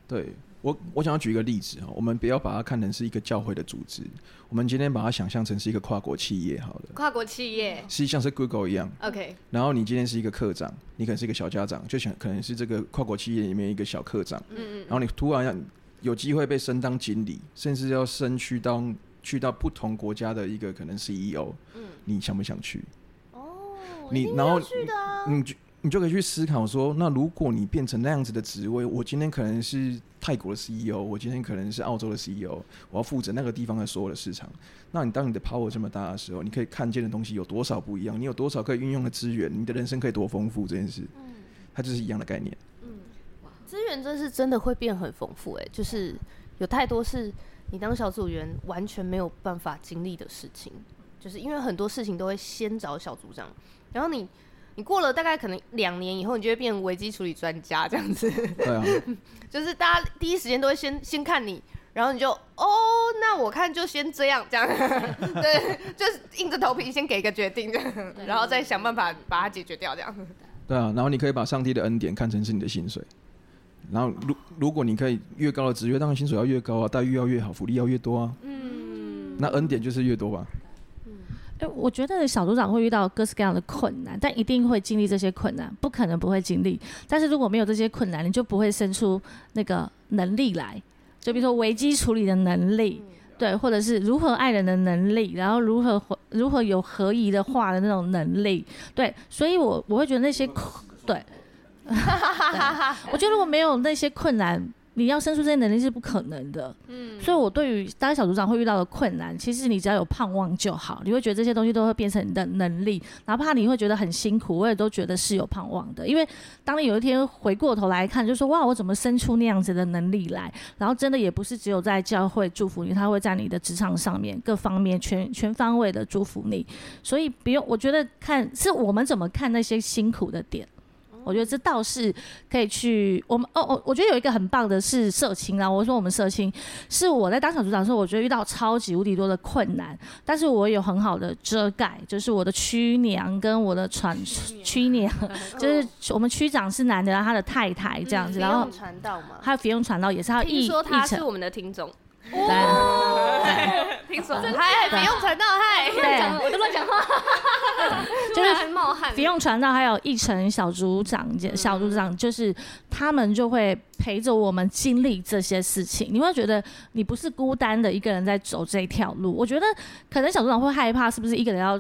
[SPEAKER 3] 对我我想要举一个例子哈，我们不要把它看成是一个教会的组织，我们今天把它想象成是一个跨国企业好了，
[SPEAKER 2] 跨国企业
[SPEAKER 3] 实际像是 Google 一样，
[SPEAKER 5] 嗯
[SPEAKER 2] ，OK，
[SPEAKER 3] 然后你今天是一个课长，你可能是一个小家长，就想可能是这个跨国企业里面一个小课长，
[SPEAKER 2] 嗯
[SPEAKER 3] 然后你突然要有机会被升当经理，甚至要升去当去到不同国家的一个可能 CEO，
[SPEAKER 1] 嗯
[SPEAKER 3] 你想不想去？
[SPEAKER 1] 哦，
[SPEAKER 3] 你
[SPEAKER 1] 一定
[SPEAKER 3] 然后
[SPEAKER 1] 要去的啊
[SPEAKER 3] 你就你就可以去思考说，那如果你变成那样子的职位，我今天可能是泰国的 CEO，我今天可能是澳洲的 CEO，我要负责那个地方的所有的市场。那你当你的 power 这么大的时候，你可以看见的东西有多少不一样？你有多少可以运用的资源？你的人生可以多丰富？这件事，它就是一样的概念。
[SPEAKER 1] 资源真是真的会变很丰富哎、就是有太多是你当小组员完全没有办法经历的事情，就是因为很多事情都会先找小组长，然后你你过了大概可能两年以后，你就会变危机处理专家这样子，
[SPEAKER 3] 对啊，
[SPEAKER 1] 就是大家第一时间都会先先看你。然后你就哦，那我看就先这样这 样，对，就是硬着头皮先给一个决定这样，然后再想办法把它解决掉这样。
[SPEAKER 3] 对啊，然后你可以把上帝的恩典看成是你的薪水。然后如如果你可以越高的职位，当然薪水要越高啊，待遇要越好，福利要越多啊。嗯，那恩典就是越多吧。
[SPEAKER 5] 哎、我觉得小组长会遇到各式各样的困难，但一定会经历这些困难，不可能不会经历。但是如果没有这些困难，你就不会生出那个能力来，就比如说危机处理的能力，对，或者是如何爱人的能力，然后如何如何有合宜的话的那种能力，对，所以我我会觉得那些困，对，我觉得如果没有那些困难。你要生出这些能力是不可能的，所以我对于当小组长会遇到的困难，其实你只要有盼望就好，你会觉得这些东西都会变成你的能力，哪怕你会觉得很辛苦，我也都觉得是有盼望的。因为当你有一天回过头来看，就说哇，我怎么生出那样子的能力来？然后真的也不是只有在教会祝福你，他会在你的职场上面各方面全全方位的祝福你。所以不用，我觉得看是我们怎么看那些辛苦的点。我觉得这倒是可以去我们哦哦，我觉得有一个很棒的是社青啊，我说我们社青。是我在当小组长的时候，我觉得遇到超级无敌多的困难，但是我有很好的遮盖，就是我的区娘跟我的传区娘，
[SPEAKER 2] 哦
[SPEAKER 5] 就是我们区长是男的，然后他的太太这样子，然后
[SPEAKER 1] 传道嘛，
[SPEAKER 5] 还有服用传道也是他
[SPEAKER 1] 嗯听
[SPEAKER 5] 一
[SPEAKER 1] 说
[SPEAKER 5] 一
[SPEAKER 1] 他
[SPEAKER 5] 成
[SPEAKER 1] 是我们的听众，
[SPEAKER 2] 哦
[SPEAKER 5] 对
[SPEAKER 1] 听说 嗨，不用传道嗨，
[SPEAKER 5] 对，
[SPEAKER 2] 我都乱讲话，
[SPEAKER 5] 就
[SPEAKER 2] 突
[SPEAKER 5] 是
[SPEAKER 2] 然冒汗
[SPEAKER 5] 不。用传道，还有一成小组长、小组长，就是他们就会陪着我们经历这些事情。你会觉得你不是孤单的一个人在走这一条路。我觉得可能小组长会害怕，是不是一个人要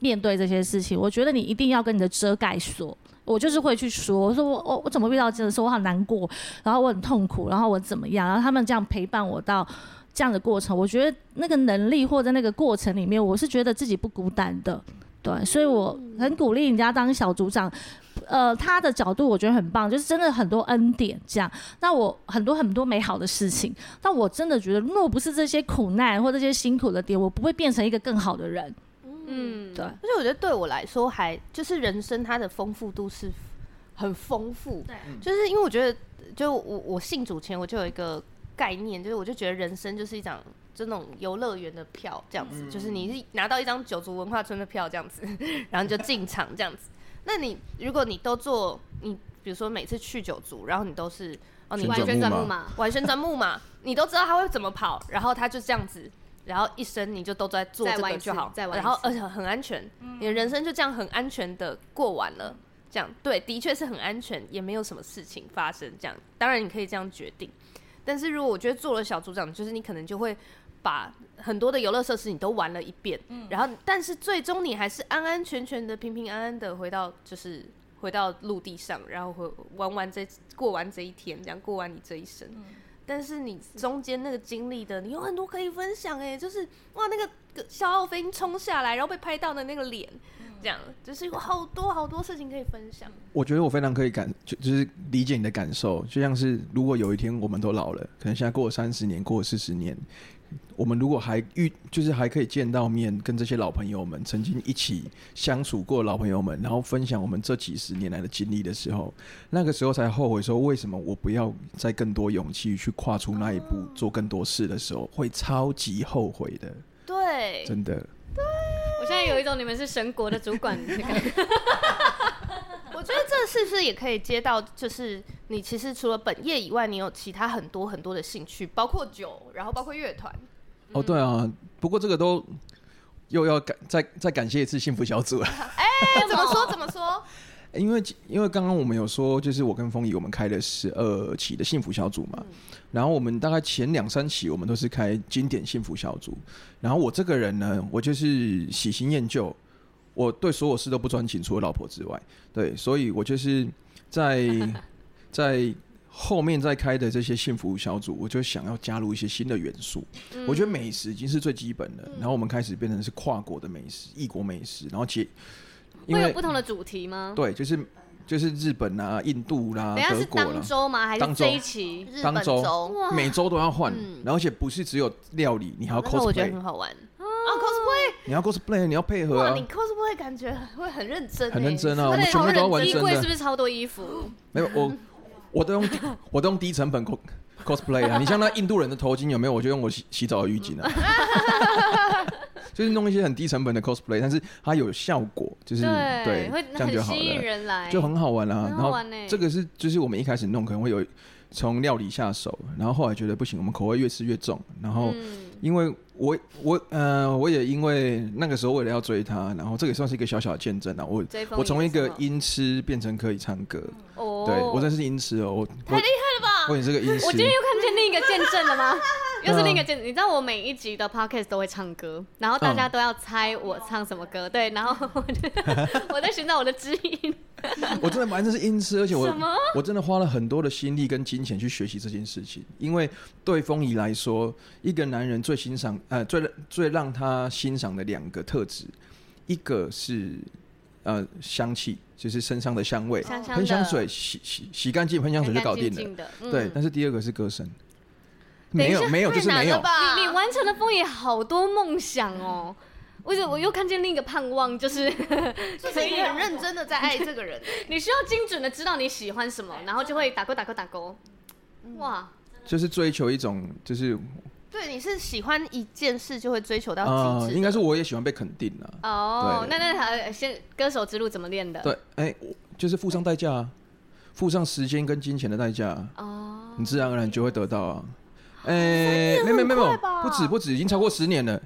[SPEAKER 5] 面对这些事情？我觉得你一定要跟你的遮盖说。我就是会去说，我说我我我怎么遇到这个事，我好难过，然后我很痛苦，然后我怎么样，然后他们这样陪伴我到这样的过程，我觉得那个能力或者那个过程里面，我是觉得自己不孤单的，对，所以我
[SPEAKER 2] 嗯
[SPEAKER 5] 很鼓励人家当小组长。呃，他的角度我觉得很棒，就是真的很多恩典这样。那我很多很多美好的事情，但我真的觉得，若不是这些苦难或这些辛苦的点，我不会变成一个更好的人。
[SPEAKER 2] 嗯，
[SPEAKER 5] 对，
[SPEAKER 1] 而且我觉得对我来说还，就是人生它的丰富度是很丰富，就是因为我觉得，就我我信主前我就有一个概念，就是我就觉得人生就是一张就那种游乐园的票这样子，就是你是拿到一张九族文化村的票这样子， 然后你就进场这样子。那你如果你都做，你比如说每次去九族，然后你都是哦，你
[SPEAKER 3] 旋
[SPEAKER 1] 完
[SPEAKER 3] 转
[SPEAKER 2] 完全
[SPEAKER 3] 木
[SPEAKER 2] 转
[SPEAKER 3] 马
[SPEAKER 2] 木马，
[SPEAKER 1] 玩旋转木马， 你都知道他会怎么跑，然后他就这样子，然后一生你就都在做
[SPEAKER 2] 再
[SPEAKER 1] 这
[SPEAKER 2] 玩
[SPEAKER 1] 个
[SPEAKER 2] 一次
[SPEAKER 1] 就好，
[SPEAKER 2] 再玩一
[SPEAKER 1] 然后
[SPEAKER 2] 次
[SPEAKER 1] 而且很安全，你的人生就这样很安全的过完了。这样对，的确是很安全，也没有什么事情发生。这样，当然你可以这样决定，但是如果我觉得做了小组长，就是你可能就会把很多的游乐设施你都玩了一遍，然后但是最终你还是安安全全的、平平安安的回到就是回到陆地上，然后回玩完这过完这一天，这样过完你这一生。但是你中间那个经历的，你有很多可以分享哎、就是哇，那个消耗飞冲下来，然后被拍到的那个脸，这样就是有好多好多事情可以分享。
[SPEAKER 3] 我觉得我非常可以感，就就是理解你的感受，就像是如果有一天我们都老了，可能现在过了三十年，过了四十年，我们如果还遇，就是还可以见到面，跟这些老朋友们曾经一起相处过的老朋友们，然后分享我们这几十年来的经历的时候，那个时候才后悔说，为什么我不要再更多勇气去跨出那一步，做更多事的时候，会超级后悔的，
[SPEAKER 1] 对，
[SPEAKER 3] 真的。
[SPEAKER 2] 我现在有一种你们是神国的主管的感 觉。
[SPEAKER 1] 我觉得这是不是也可以接到？就是你其实除了本业以外，你有其他很多很多的兴趣，包括酒，然后包括乐团。
[SPEAKER 3] 哦，对啊，不过这个都又要感再再感谢一次幸福小组了，
[SPEAKER 1] 哎、怎么说？怎么说？
[SPEAKER 3] 因为因为刚刚我们有说，就是我跟风仪我们开了十二期的幸福小组嘛，然后我们大概前两三期我们都是开经典幸福小组，然后我这个人呢，我就是喜新厌旧，我对所有事都不专情，除了老婆之外，对，所以我就是在在。后面再开的这些幸福小组，我就想要加入一些新的元素。我觉得美食已经是最基本的，然后我们开始变成是跨国的美食、异国美食，然后结因
[SPEAKER 2] 会有
[SPEAKER 3] 为
[SPEAKER 2] 不同的主题吗？
[SPEAKER 3] 对，就是就是日本啊、印度
[SPEAKER 2] 嗯
[SPEAKER 3] 啦、
[SPEAKER 2] 等一下
[SPEAKER 3] 德
[SPEAKER 2] 是
[SPEAKER 3] 国啦
[SPEAKER 2] 当，周啊吗？还是
[SPEAKER 3] 当周
[SPEAKER 2] 这一期？
[SPEAKER 1] 日
[SPEAKER 3] 当
[SPEAKER 1] 本
[SPEAKER 3] 周
[SPEAKER 1] 周，
[SPEAKER 2] 哇
[SPEAKER 3] 每周都要换，
[SPEAKER 1] 嗯
[SPEAKER 3] 然后而且不是只有料理，你还要
[SPEAKER 1] 那个我觉得
[SPEAKER 3] cosplay，
[SPEAKER 1] 很好玩。哦，cosplay，
[SPEAKER 3] 你要 cosplay，你要配合
[SPEAKER 1] 哇，
[SPEAKER 3] 啊
[SPEAKER 1] 你，cosplay 感觉会很认真欸，
[SPEAKER 3] 很认真啊，
[SPEAKER 1] 是
[SPEAKER 3] 我们
[SPEAKER 1] 那
[SPEAKER 3] 全部都要
[SPEAKER 1] 种
[SPEAKER 3] 完
[SPEAKER 2] 衣
[SPEAKER 3] 整
[SPEAKER 2] 柜是不
[SPEAKER 3] 的。
[SPEAKER 2] 是超多衣服？
[SPEAKER 3] 没有我，我都用我都用低成本 cos cosplay 啊。你像那印度人的头巾有没有？我就用我洗洗澡的浴巾啊，就是弄一些很低成本的 cosplay，但是它有效果，就是嗯对
[SPEAKER 2] 会，
[SPEAKER 3] 这样就
[SPEAKER 2] 很
[SPEAKER 3] 好
[SPEAKER 2] 吸
[SPEAKER 3] 了
[SPEAKER 2] 引。人来，
[SPEAKER 3] 就很好玩啊。
[SPEAKER 2] 哎很
[SPEAKER 3] 然
[SPEAKER 2] 好
[SPEAKER 3] 后
[SPEAKER 2] 玩欸
[SPEAKER 3] 这个是就是我们一开始弄可能会有从料理下手，然后后来觉得不行，我们口味越吃越重，然后
[SPEAKER 2] 嗯
[SPEAKER 3] 因为我我呃我也因为那个时候为了要追他，然后这个也算是一个小小的见证啊。我
[SPEAKER 2] 追风
[SPEAKER 3] 我从一
[SPEAKER 2] 也是
[SPEAKER 3] 个
[SPEAKER 2] 吗
[SPEAKER 3] 音痴变成可以唱歌，
[SPEAKER 2] 哦，
[SPEAKER 3] 对我真是音痴哦，我太厉害了吧！我也是个音痴，
[SPEAKER 2] 我今天又看见另一个见证 了吗？
[SPEAKER 3] 对啊
[SPEAKER 2] 又是另一个见证，你知道我每一集的 podcast 都会唱歌，然后大家都要猜我唱什么歌，
[SPEAKER 1] 嗯
[SPEAKER 2] 对，然后我就 我在寻找我的知音，
[SPEAKER 3] 我真的蛮真是音痴，而且我
[SPEAKER 2] 什么
[SPEAKER 3] 我真的花了很多的心力跟金钱去学习这件事情。因为对风仪来说，一个男人最欣赏呃最最让他欣赏的两个特质，一个是呃香气，就是身上的香味，
[SPEAKER 2] 香香的
[SPEAKER 3] 喷香水洗洗洗干净，喷香水就搞定
[SPEAKER 2] 干干净
[SPEAKER 3] 了。
[SPEAKER 2] 净的，嗯
[SPEAKER 3] 对，但是第二个是歌声，
[SPEAKER 2] 等
[SPEAKER 3] 没
[SPEAKER 2] 一下
[SPEAKER 3] 有没有就是没有。
[SPEAKER 1] 吧
[SPEAKER 2] 你你完成了风野好多梦想哦。我就我又看见另一个盼望，就是
[SPEAKER 1] 就是你很认真的在爱这个 人欸，
[SPEAKER 2] 你需要精准的知道你喜欢什么，然后就会打勾打勾打勾。
[SPEAKER 1] 嗯
[SPEAKER 2] 哇，
[SPEAKER 3] 就是追求一种就是
[SPEAKER 1] 对，你是喜欢一件事就会追求到
[SPEAKER 3] 啊、
[SPEAKER 1] 极致的，
[SPEAKER 3] 应该是我也喜欢被肯定啊。
[SPEAKER 2] 哦，那
[SPEAKER 3] 对
[SPEAKER 2] 那还先歌手之路怎么练的？
[SPEAKER 3] 对，哎、我就是付上代价啊，付上时间跟金钱的代价啊、
[SPEAKER 2] 哦，
[SPEAKER 3] 你自然而然就会得到啊。哎、没有没有没有，不止不止，已经超过十年了。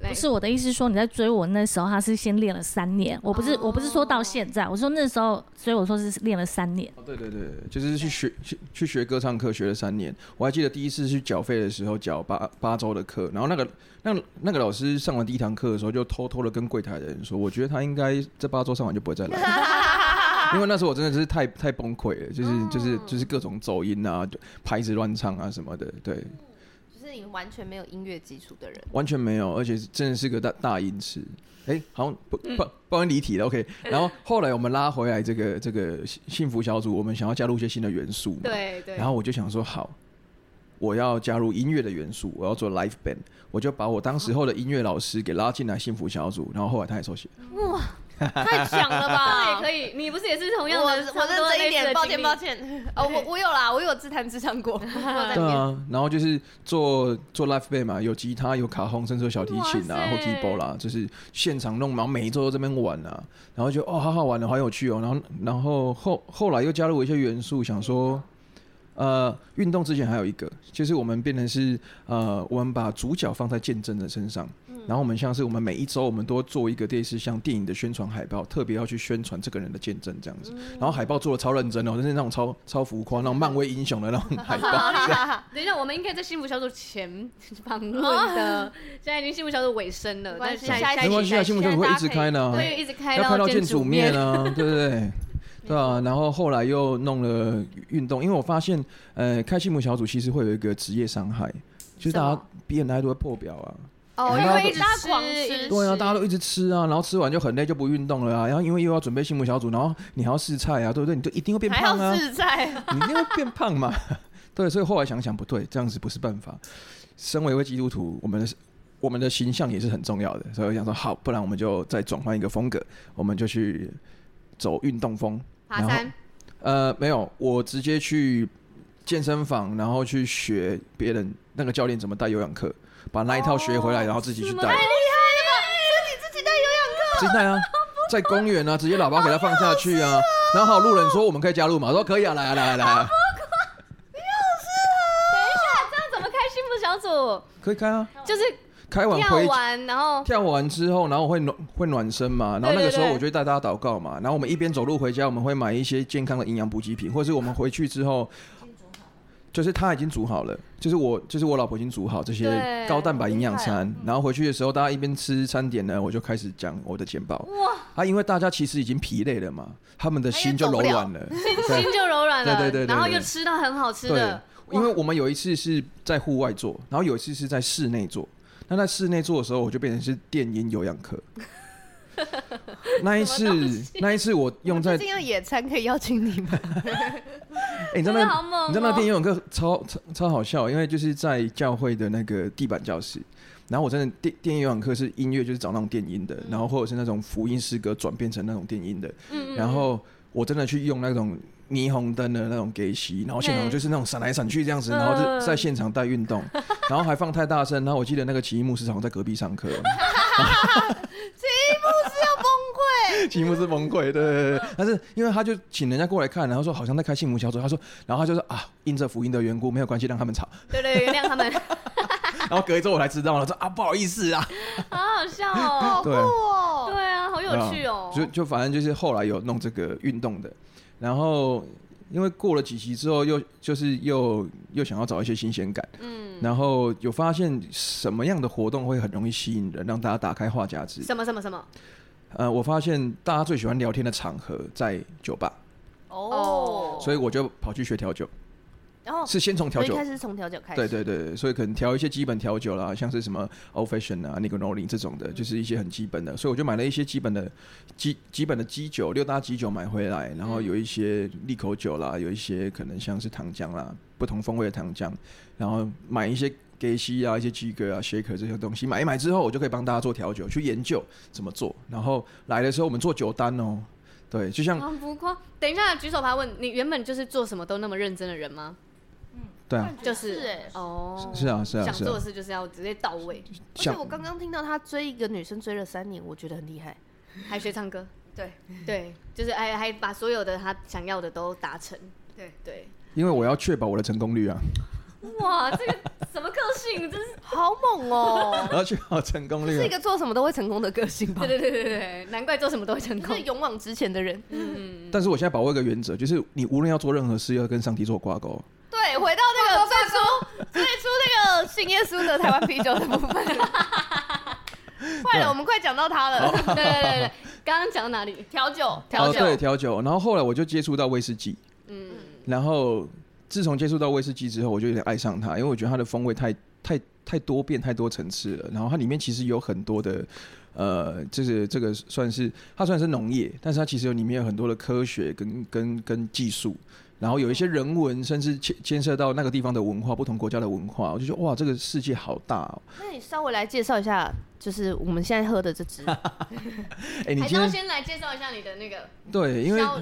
[SPEAKER 2] 来
[SPEAKER 5] 不是我的意思是说你在追我那时候，他是先练了三年。我不是、我不是说到
[SPEAKER 2] 哦
[SPEAKER 5] 现在，我说那时候追我说是练了三年。
[SPEAKER 3] 哦，对对对，就是去学去去学歌唱课，学了三年。我还记得第一次去缴费的时候，缴八八周的课，然后那个那那个老师上完第一堂课的时候，就偷偷的跟柜台的人说，我觉得他应该这八周上完就不会再来 了。因为那时候我真的是太太崩溃了，就是就是
[SPEAKER 2] 哦
[SPEAKER 3] 就是各种走音啊，拍子乱唱啊什么的，对，
[SPEAKER 1] 就是你完全没有音乐基础的人，
[SPEAKER 3] 完全没有，而且真的是个大大音痴。哎、好像不
[SPEAKER 2] 嗯
[SPEAKER 3] 不不然离题了，OK。然后后来我们拉回来这个这个幸幸福小组，我们想要加入一些新的元素嘛。。
[SPEAKER 2] 对对，
[SPEAKER 3] 然后我就想说，好，我要加入音乐的元素，我要做 live band，我就把我当时候的音乐老师给拉进来幸福小组，然后后来他也受洗。
[SPEAKER 1] 太强了
[SPEAKER 2] 这
[SPEAKER 1] 吧？
[SPEAKER 2] 也可以，你不是也是同样
[SPEAKER 1] 我
[SPEAKER 2] 的，
[SPEAKER 1] 我认真一点，抱歉抱
[SPEAKER 2] 歉。
[SPEAKER 1] 歉。 哦，我我有啦，我有自弹自唱 过。
[SPEAKER 3] 对啊，然后就是做做 live band 嘛，有吉他，有卡轰，甚至有小提琴
[SPEAKER 2] 哇
[SPEAKER 3] 啊，
[SPEAKER 2] 塞
[SPEAKER 3] 或 keyboard 啦，就是现场弄，然后每一周都这边玩啊，然后就哦，好好玩的，好有趣哦，然后然后后后来又加入一些元素，想说。呃，运动之前还有一个，就是我们变成是呃，我们把主角放在见证的身上，
[SPEAKER 2] 嗯
[SPEAKER 3] 然后我们像是我们每一周我们都做一个类似像电影的宣传海报，特别要去宣传这个人的见证这样子。
[SPEAKER 2] 嗯
[SPEAKER 3] 然后海报做的超认真哦，就是那种超超浮夸，那种漫威英雄的那种海报。
[SPEAKER 2] 等一下，我们应该在幸福小组前访问的，现在已经幸福小组尾声了，
[SPEAKER 1] 没关
[SPEAKER 2] 但
[SPEAKER 1] 系
[SPEAKER 2] 下
[SPEAKER 1] 下一
[SPEAKER 2] 下
[SPEAKER 1] 集
[SPEAKER 3] 没关系啊，
[SPEAKER 2] 期
[SPEAKER 3] 新闻
[SPEAKER 2] 再
[SPEAKER 3] 就会一直开呢、
[SPEAKER 2] 对，一直开
[SPEAKER 3] 要开
[SPEAKER 2] 到
[SPEAKER 3] 到建
[SPEAKER 2] 筑
[SPEAKER 3] 筑面。啊，对不 对？对啊，然后后来又弄了运动，因为我发现，呃，开心母小组其实会有一个职业伤害，就是
[SPEAKER 2] 什么
[SPEAKER 3] 大家 BNI 都会破表啊，
[SPEAKER 2] 哦，因
[SPEAKER 3] 然后
[SPEAKER 2] 为一直
[SPEAKER 1] 大家
[SPEAKER 2] 狂
[SPEAKER 1] 狂
[SPEAKER 2] 吃
[SPEAKER 1] 吃，
[SPEAKER 3] 对啊，大家都一直吃啊，然后吃完就很累，就不运动了啊，然后因为又要准备新母小组，然后你还要试菜啊，对不对？你就 一定会变
[SPEAKER 1] 还
[SPEAKER 3] 胖啊
[SPEAKER 1] 要，自在，
[SPEAKER 3] 你一定会变胖嘛。对，所以后来想想不对，这样子不是办法，身为一位基督徒，我们的我们的形象也是很重要的，所以我想说，好，不然我们就再转换一个风格，我们就去走运动风。
[SPEAKER 2] 爬山，
[SPEAKER 3] 呃，没有，我直接去健身房，然后去学别人那个教练怎么带有氧课，把那一套学回
[SPEAKER 2] 哦
[SPEAKER 3] 来，然后自己去带。自己带啊，在公园啊，直接喇叭给他放下去啊。然后还有路人说我们可以加入吗？我说可以啊，来啊来啊来啊，
[SPEAKER 2] 那怎么开幸福小组？
[SPEAKER 3] 可以开啊。
[SPEAKER 2] 就是
[SPEAKER 3] 开完
[SPEAKER 2] 跳啊
[SPEAKER 3] 回
[SPEAKER 2] 完，然后
[SPEAKER 3] 跳完之后，然后会暖会暖身嘛，然后那
[SPEAKER 2] 哦对对
[SPEAKER 3] 个时候
[SPEAKER 2] 对
[SPEAKER 3] 我就会带大家祷告嘛。然后我们一边走路回家，我们会买一些健康的营养补给品，或者是我们回去之后。就是他已经煮好了，就是我，就是我老婆已经煮好这些
[SPEAKER 2] 对
[SPEAKER 3] 高蛋白营养
[SPEAKER 1] 好厉害哦
[SPEAKER 3] 餐，然后回去的时候，大家一边吃餐点呢，我就开始讲我的简报。
[SPEAKER 2] 哇，
[SPEAKER 3] 啊，因为大家其实已经疲累了嘛，他们的
[SPEAKER 1] 他也
[SPEAKER 3] 心就
[SPEAKER 1] 走不
[SPEAKER 3] 柔
[SPEAKER 1] 了
[SPEAKER 3] 软了，对
[SPEAKER 2] 心就柔软了，
[SPEAKER 3] 对对对对对
[SPEAKER 2] 然后又吃到很好吃的，
[SPEAKER 3] 因为我们有一次是在户外做，然后有一次是在室内做。那在室内做的时候，我就变成是电音有 氧课。那一次，那一次我用在，
[SPEAKER 1] 最近
[SPEAKER 3] 哎、
[SPEAKER 1] 要野餐可以邀请你吗？
[SPEAKER 3] 你知
[SPEAKER 2] 真
[SPEAKER 3] 道那
[SPEAKER 2] 的
[SPEAKER 3] 个
[SPEAKER 2] 好猛
[SPEAKER 3] 你知道那
[SPEAKER 2] 哦！
[SPEAKER 3] 电音有氧课超超超好笑，因为就是在教会的那个地板教室，然后我真的电电音有氧课是音乐，就是找那种电音的，然后或者是那种福音诗歌转变成那种电音的，
[SPEAKER 2] 嗯
[SPEAKER 3] 然后我真的去用那种霓虹灯的那种给息，然后现场
[SPEAKER 2] 对
[SPEAKER 3] 就是那种闪来闪去这样子，然后
[SPEAKER 2] 嗯
[SPEAKER 3] 就在现场带运动，然后还放太大声，然后我记得那个奇异牧师好像在隔壁上课，哦 奇异牧师要崩溃，奇异牧师崩溃，对对对对，但是因为他就请人家过来看，然后说好像在开幸福小组，他说，然后他就说啊，因着福音的缘故没有关系，让他们吵，
[SPEAKER 2] 对对，原谅他 们，
[SPEAKER 3] 然后隔一周我才知道了，说啊不好意思啊，
[SPEAKER 2] 好好笑哦！
[SPEAKER 3] 对。啊
[SPEAKER 1] 哦，
[SPEAKER 2] 对啊，好有趣哦！
[SPEAKER 3] 就就反正就是后来有弄这个运动的，然后因为过了几期之后又，就是又又想要找一些新鲜感，嗯，然后有发现什么样的活动会很容易吸引人，让大家打开话匣子。
[SPEAKER 2] 什么什么什么
[SPEAKER 3] 呃，我发现大家最喜欢聊天的场合在酒吧，
[SPEAKER 1] 哦，
[SPEAKER 3] 所以我就跑去学调酒，
[SPEAKER 1] 然
[SPEAKER 2] 哦
[SPEAKER 1] 后
[SPEAKER 3] 是先从调
[SPEAKER 1] 所以
[SPEAKER 3] 酒
[SPEAKER 1] 开。始从调酒开始，
[SPEAKER 3] 对对对，对所以可能调一些基本调酒啦，像是什么 old fashion 啊、Negroni 这
[SPEAKER 1] 嗯
[SPEAKER 3] 种的，就是一些很基本的。所以我就买了一些基本的基基本的基酒，六大基酒买回来，然
[SPEAKER 1] 嗯
[SPEAKER 3] 后有一些利口酒啦，有一些可能像是糖浆啦，不同风味的糖浆，然后买一些。给西啊，一些鸡哥啊、shaker 这些东西买一买之后，我就可以帮大家做调酒，去研究怎么做。然后来的时候，我们做酒单哦，对，就像
[SPEAKER 1] 哦
[SPEAKER 2] 啊？不过，等一下，举手牌问你，原本就是做什么都那么认真的人吗？
[SPEAKER 3] 对啊，
[SPEAKER 2] 就是
[SPEAKER 1] 是哎
[SPEAKER 2] 哦，
[SPEAKER 3] 是啊，是啊，
[SPEAKER 2] 想
[SPEAKER 3] 是
[SPEAKER 2] 做
[SPEAKER 3] 啊
[SPEAKER 2] 的，事就是要直接到位，
[SPEAKER 1] 而且
[SPEAKER 3] 像
[SPEAKER 1] 我刚刚听到他追一个女生追了三年，我觉得很厉害。
[SPEAKER 2] 还学唱歌，
[SPEAKER 1] 对
[SPEAKER 2] 对，就是还还把所有的他想要的都达成，
[SPEAKER 1] 对
[SPEAKER 2] 对，
[SPEAKER 3] 因为我要确保我的成功率啊。
[SPEAKER 2] 哇，这个什么个性，真是
[SPEAKER 1] 好猛哦！
[SPEAKER 3] 然后去好成功率
[SPEAKER 1] 是一
[SPEAKER 3] 啊。
[SPEAKER 1] 个做什么都会成功的个性吧？
[SPEAKER 2] 对对对对对对，难怪做什么都会成
[SPEAKER 1] 就是
[SPEAKER 2] 功，
[SPEAKER 1] 勇往直前的人。
[SPEAKER 2] 嗯，
[SPEAKER 3] 但是我现在把握一个原则，就是你无论要做任何事，要跟上帝做挂钩。
[SPEAKER 1] 对，回到那个最初最初那个信耶稣的台湾啤酒的部分。坏了，我们快讲到他了。
[SPEAKER 2] 对对对对对，刚刚讲到哪里？
[SPEAKER 1] 调酒，
[SPEAKER 2] 调
[SPEAKER 3] 哦，
[SPEAKER 2] 酒
[SPEAKER 3] 对，调酒。然后后来我就接触到威士忌，
[SPEAKER 2] 嗯，
[SPEAKER 3] 然后自从接触到威士忌之后，我就有点爱上它，因为我觉得它的风味太太太多变、太多层次了。然后它里面其实有很多的。呃，就是这个算是它虽然是农业，但是它其实有里面有很多的科学跟跟跟技术，然后有一些人文，甚至牵牵涉到那个地方的文化，不同国家的文化，我就觉得哇，这个世界好大哦！
[SPEAKER 1] 那你稍微来介绍一下，就是我们现在喝的这支
[SPEAKER 3] 哎、你
[SPEAKER 2] 还是
[SPEAKER 3] 今
[SPEAKER 2] 要
[SPEAKER 3] 天
[SPEAKER 2] 先来介绍一下你的那个
[SPEAKER 3] 对，因为
[SPEAKER 2] 消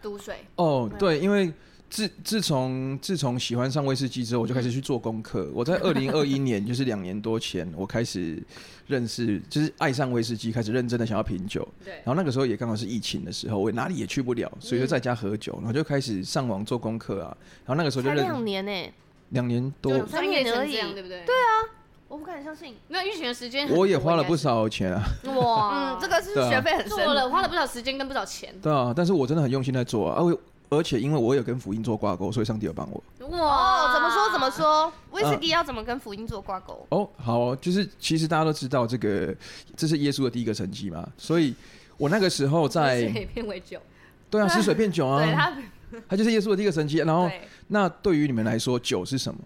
[SPEAKER 2] 毒水，
[SPEAKER 3] 哦，对，因为自自从自从喜欢上威士忌之后，我就开始去做功课。我在二零二一年，就是两年多前，我开始认识，就是爱上威士忌，开始认真的想要品酒。
[SPEAKER 2] 对嗯
[SPEAKER 3] 然，后那个时候也刚好是疫情的时候，我哪里也去不了，所以就在家喝酒，然后就开始上网做功课啊。然后那个时候就
[SPEAKER 1] 才
[SPEAKER 3] 认
[SPEAKER 1] 两年呢，
[SPEAKER 3] 两年多
[SPEAKER 2] 就，三年成这样，对不对？对啊，
[SPEAKER 1] 我不敢相信。
[SPEAKER 2] 那预选的时间很
[SPEAKER 3] 我也花了
[SPEAKER 2] 多
[SPEAKER 3] 不少钱啊，
[SPEAKER 2] 应该是哇，
[SPEAKER 1] 嗯，这个是
[SPEAKER 3] 对啊
[SPEAKER 1] 学 费很深
[SPEAKER 2] 做了花了不少时间跟不少钱，
[SPEAKER 3] 对啊，但是我真的很用心在做啊，而且而且因为我有跟福音做挂钩，所以上帝有帮我。
[SPEAKER 1] 哦
[SPEAKER 2] 哇，，
[SPEAKER 1] 怎么说怎么？说？威士忌要怎么跟福音做挂钩？
[SPEAKER 3] 哦，好哦就是其实大家都知道这个，这是耶稣的第一个神迹嘛，所以我那个时候在，
[SPEAKER 2] 水变为酒，
[SPEAKER 3] 对啊，吃水变酒
[SPEAKER 1] 对
[SPEAKER 3] 啊，
[SPEAKER 1] 他，
[SPEAKER 3] 它就是耶稣的第一个神迹。然后，
[SPEAKER 1] 对
[SPEAKER 3] 那对于你们来说，酒是什么？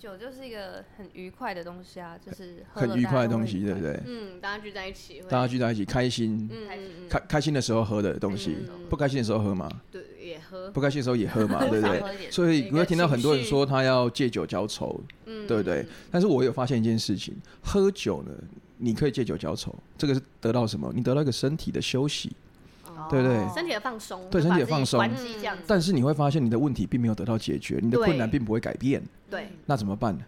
[SPEAKER 1] 酒就是一个很愉快的东西啊，就是喝了
[SPEAKER 3] 很愉快的东西，
[SPEAKER 1] 大
[SPEAKER 3] 对
[SPEAKER 1] 家
[SPEAKER 3] 不
[SPEAKER 1] 都会愉快？
[SPEAKER 3] 对？
[SPEAKER 2] 嗯，大家聚在一起会，
[SPEAKER 3] 大家聚在一起开心，
[SPEAKER 2] 嗯嗯嗯，
[SPEAKER 3] 开开心的时候喝的东西
[SPEAKER 2] 嗯，
[SPEAKER 3] 不开心的时候喝吗？
[SPEAKER 2] 对，也喝喝，
[SPEAKER 3] 不开心的时候也喝 嘛，对不对？
[SPEAKER 1] 喝一点。
[SPEAKER 3] 所以
[SPEAKER 2] 那
[SPEAKER 3] 你
[SPEAKER 2] 个
[SPEAKER 3] 会听到很多人
[SPEAKER 2] 情绪
[SPEAKER 3] 说他要借酒浇愁，
[SPEAKER 2] 嗯
[SPEAKER 3] 对不对？但是我有发现一件事情，喝酒呢，你可以借酒浇愁，这个是得到什么？你得到一个身体的休息，
[SPEAKER 2] 哦
[SPEAKER 3] 对不对？
[SPEAKER 2] 身体的放松，
[SPEAKER 3] 对
[SPEAKER 1] 就把
[SPEAKER 3] 身体的
[SPEAKER 1] 自己
[SPEAKER 3] 放松
[SPEAKER 1] 关机这样子，
[SPEAKER 3] 但是你会发现你的问题并没有得到解决，你的
[SPEAKER 1] 对
[SPEAKER 3] 困难并不会改变，
[SPEAKER 2] 对，
[SPEAKER 3] 那怎么办呢？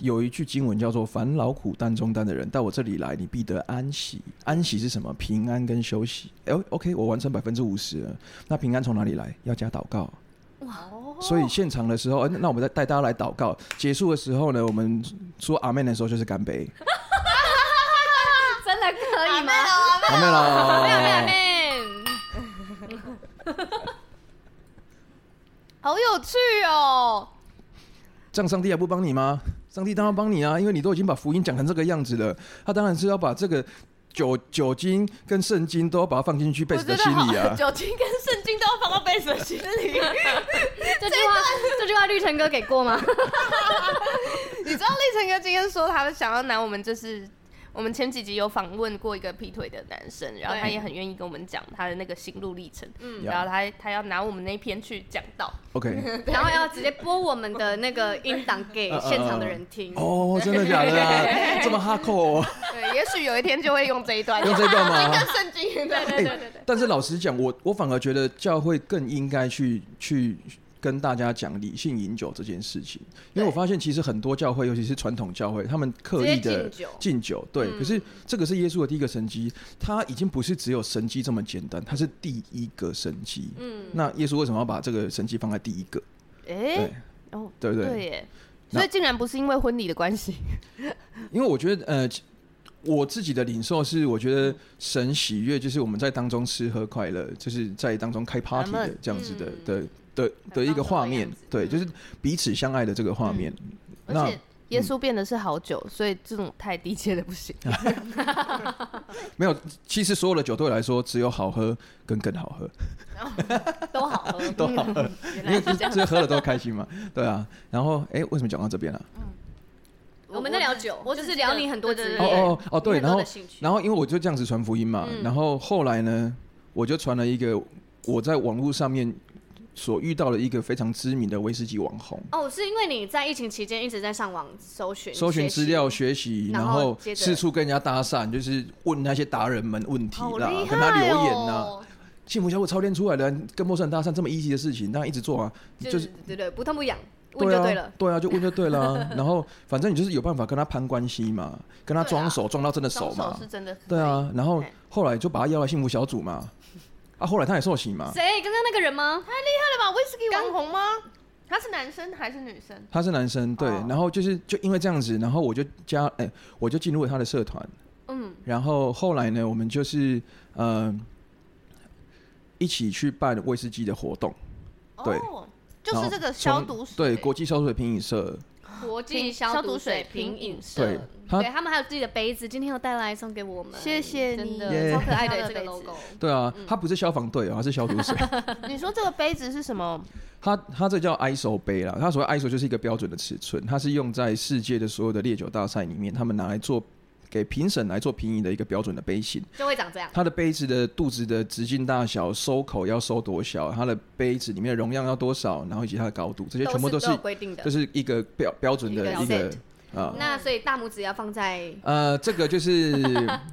[SPEAKER 3] 有一句经文叫做“烦劳苦担重担的人，到我这里来，你必得安息。安息是什么？平安跟休息。哎呦，OK，我完成百分之五十了。那平安从哪里来？要加祷告。
[SPEAKER 1] 哦
[SPEAKER 3] 所以现场的时候，呃那我们再带大家来祷告。结束的时候呢，我们说阿妹的时候就是干杯，
[SPEAKER 2] 真的可以吗？
[SPEAKER 3] 阿妹啊
[SPEAKER 2] 阿
[SPEAKER 3] 啦。
[SPEAKER 2] 妹，
[SPEAKER 1] 好有趣哦。
[SPEAKER 3] 这样上帝还不帮你吗？上帝当然帮你啊，因为你都已经把福音讲成这个样子了，他当然是要把这个酒酒精跟圣经都要把它放进去贝
[SPEAKER 1] 我
[SPEAKER 3] 斯
[SPEAKER 1] 觉
[SPEAKER 3] 的
[SPEAKER 1] 得
[SPEAKER 3] 心
[SPEAKER 1] 好
[SPEAKER 3] 里，啊。
[SPEAKER 1] 酒精跟圣经都要放到贝斯的 心里。
[SPEAKER 2] 这句话这句话绿城哥给过吗？
[SPEAKER 1] 你知道立成哥今天说他想要拿我们就是。我们前几集有访问过一个劈腿的男生，然后他
[SPEAKER 2] 对
[SPEAKER 1] 也很愿意跟我们讲他的那个心路历程，嗯，
[SPEAKER 3] 呀
[SPEAKER 1] 然后他他要拿我们那篇去讲到，
[SPEAKER 3] OK，
[SPEAKER 2] 然后要直接播我们的那个音档给现场的人听。
[SPEAKER 3] 呃哦，真的假的 啊？这么哈扣哦，
[SPEAKER 1] 对， 也许有一天就会用这一段，
[SPEAKER 3] 用这段吗？哎
[SPEAKER 1] 跟圣经， 对对对对对，
[SPEAKER 3] 但是老实讲，我我反而觉得教会更应该去去跟大家讲理性饮酒这件事情，因为我发现其实很多教会，尤其是传统教会，他们刻意
[SPEAKER 2] 直接
[SPEAKER 3] 的
[SPEAKER 2] 敬酒
[SPEAKER 3] 敬酒，对。
[SPEAKER 1] 嗯
[SPEAKER 3] 可是这个是耶稣的第一个神迹，他已经不是只有神迹这么简单，他是第一个神迹。
[SPEAKER 2] 嗯，
[SPEAKER 3] 那耶稣为什么要把这个神迹放在第一个？
[SPEAKER 1] 哎
[SPEAKER 3] 对，，
[SPEAKER 1] 哦，
[SPEAKER 3] 对不对
[SPEAKER 1] 对耶，
[SPEAKER 3] 那嗯
[SPEAKER 1] 所以竟然不是因为婚礼的关系，
[SPEAKER 3] 因为我觉得呃。我自己的领受是，我觉得神喜悦就是我们在当中吃喝快乐，就是在当中开 party
[SPEAKER 1] 咱
[SPEAKER 3] 的
[SPEAKER 1] 们
[SPEAKER 3] 这样子的
[SPEAKER 2] 嗯
[SPEAKER 3] 的的的一个画面，对，就是彼此相爱的这个画面。
[SPEAKER 1] 嗯而且耶稣变的是好酒，所以这种太低阶的不行，
[SPEAKER 3] 没有，其实所有的酒对我来说，只有好喝跟更好 喝，
[SPEAKER 2] 都好喝，
[SPEAKER 3] 都好喝，
[SPEAKER 1] 原
[SPEAKER 3] 因
[SPEAKER 1] 来是
[SPEAKER 3] 为
[SPEAKER 1] 这
[SPEAKER 3] 这
[SPEAKER 1] 样，
[SPEAKER 3] 这喝了都开心嘛，对啊。然后，哎、为什么讲到这边了、
[SPEAKER 2] 我们在聊酒，
[SPEAKER 4] 我
[SPEAKER 2] 就
[SPEAKER 4] 只
[SPEAKER 2] 是
[SPEAKER 4] 记
[SPEAKER 2] 聊
[SPEAKER 4] 得
[SPEAKER 2] 你很多职
[SPEAKER 4] 对
[SPEAKER 2] 业，
[SPEAKER 4] 对
[SPEAKER 3] 哦哦哦，对，
[SPEAKER 2] 你很多
[SPEAKER 3] 然后
[SPEAKER 2] 的兴趣
[SPEAKER 3] 然后因为我就这样子传福音嘛，
[SPEAKER 2] 嗯
[SPEAKER 3] 然后后来呢，我就传了一个我在网络上面所遇到的一个非常知名的威士忌网红，
[SPEAKER 2] 哦，是因为你在疫情期间一直在上网搜寻
[SPEAKER 3] 搜寻
[SPEAKER 2] 学习
[SPEAKER 3] 资料学习，
[SPEAKER 2] 然
[SPEAKER 3] 然
[SPEAKER 2] 后
[SPEAKER 3] 后
[SPEAKER 2] 接着
[SPEAKER 3] 四处跟人家搭讪，就是问那些达人们问题
[SPEAKER 1] 好
[SPEAKER 3] 啦
[SPEAKER 2] 哦
[SPEAKER 1] 厉，
[SPEAKER 3] 跟他
[SPEAKER 1] 害
[SPEAKER 3] 留言呐。
[SPEAKER 1] 哦，
[SPEAKER 3] 幸福小伙操练出来的，跟陌生人搭讪这么 easy 的事情，当然一直做啊，
[SPEAKER 2] 就
[SPEAKER 3] 就是是。
[SPEAKER 2] 对对，不痛不痒，问就对
[SPEAKER 3] 啊
[SPEAKER 2] 了，，
[SPEAKER 3] 对啊，就问就对了啊、然后反正你就是有办法跟他攀关系嘛，跟他
[SPEAKER 1] 对啊
[SPEAKER 3] 装手，装到真的
[SPEAKER 1] 双
[SPEAKER 3] 熟嘛
[SPEAKER 1] 手。是真的，
[SPEAKER 3] 对，啊，然后
[SPEAKER 1] 哎
[SPEAKER 3] 后来就把他邀来幸福小组 嘛，啊，后来他也受洗嘛，
[SPEAKER 2] 谁？刚刚那个人吗？
[SPEAKER 1] 对吧？威士忌网红吗？他是男生还是女生？
[SPEAKER 3] 他是男生，对，
[SPEAKER 1] 哦
[SPEAKER 3] 然后就是就因为这样子，然后我就加，哎、我就进入了他的社团，
[SPEAKER 2] 嗯，
[SPEAKER 3] 然后后来呢，我们就是呃一起去办威士忌的活动，对
[SPEAKER 1] 哦，就
[SPEAKER 3] 然后
[SPEAKER 1] 是这个
[SPEAKER 3] 从
[SPEAKER 1] 消毒水，
[SPEAKER 3] 对，国际消毒水品饮社，
[SPEAKER 2] 国际
[SPEAKER 1] 平
[SPEAKER 2] 消
[SPEAKER 1] 消
[SPEAKER 2] 毒
[SPEAKER 1] 毒水
[SPEAKER 2] 水
[SPEAKER 1] 品
[SPEAKER 2] 品饮
[SPEAKER 1] 饮
[SPEAKER 2] 社，
[SPEAKER 3] 对他
[SPEAKER 2] 对他们还有自己的杯子，今天有带来送给我们，
[SPEAKER 1] 谢谢
[SPEAKER 2] 真
[SPEAKER 1] 你
[SPEAKER 2] 的
[SPEAKER 3] 耶
[SPEAKER 2] 超可爱的这
[SPEAKER 1] 他
[SPEAKER 2] 个
[SPEAKER 1] 的杯子
[SPEAKER 2] logo，
[SPEAKER 3] 对啊，
[SPEAKER 1] 嗯
[SPEAKER 3] 他不是消防队哦，他是消毒水，
[SPEAKER 1] 你说这个杯子是什么？
[SPEAKER 3] 它它这叫 ISO 杯啦，它所谓 ISO 就是一个标准的尺寸，它是用在世界的所有的烈酒大赛里面，他们拿来做给评审来做评议的一个标准的杯型。
[SPEAKER 2] 就会长这样。
[SPEAKER 3] 它的杯子的肚子的直径大小、收口要收多小，它的杯子里面的容量要多少，然后以及它的高度，这些全部都
[SPEAKER 2] 都
[SPEAKER 3] 是
[SPEAKER 2] 有规定的
[SPEAKER 3] 这。是一个标标准的
[SPEAKER 2] 一
[SPEAKER 3] 一
[SPEAKER 2] 个
[SPEAKER 3] 个
[SPEAKER 1] 嗯
[SPEAKER 3] 啊。
[SPEAKER 2] 那所以大拇指要放在
[SPEAKER 3] 呃，这个就是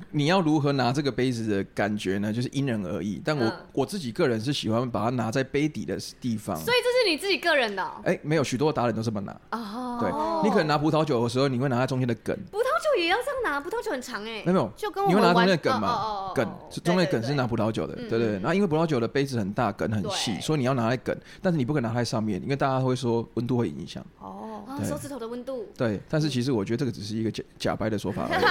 [SPEAKER 3] 你要如何拿这个杯子的感觉呢？就是因人而异。但我、
[SPEAKER 2] 嗯
[SPEAKER 3] 我自己个人是喜欢把它拿在杯底的地方。
[SPEAKER 2] 所以这是你自己个人的哦。
[SPEAKER 3] 哎、没有许多达人都这么拿。
[SPEAKER 2] 哦
[SPEAKER 3] 对，你可能拿葡萄酒的时候，你会拿它中间的梗，
[SPEAKER 2] 葡萄酒也要这样拿，葡萄酒很长哎
[SPEAKER 3] 没有，没有，
[SPEAKER 1] 就跟我
[SPEAKER 3] 你会拿
[SPEAKER 1] 们
[SPEAKER 3] 中
[SPEAKER 1] 玩
[SPEAKER 3] 间的梗
[SPEAKER 2] 哦哦哦哦
[SPEAKER 3] 嘛
[SPEAKER 2] 哦？
[SPEAKER 3] 梗是中间的梗是拿葡萄酒的，
[SPEAKER 2] 对对嗯
[SPEAKER 3] 对
[SPEAKER 2] 对
[SPEAKER 3] 对对。然后因为葡萄酒的杯子很大，梗很细，
[SPEAKER 2] 对
[SPEAKER 3] 所以你要拿在梗，但是你不可能拿在上面，因为大家会说温度会影响。
[SPEAKER 1] 哦，
[SPEAKER 2] 哦，
[SPEAKER 3] 对
[SPEAKER 2] 手指头的温度。
[SPEAKER 3] 对，但是其实我觉得这个只是一个假假掰的说法而已，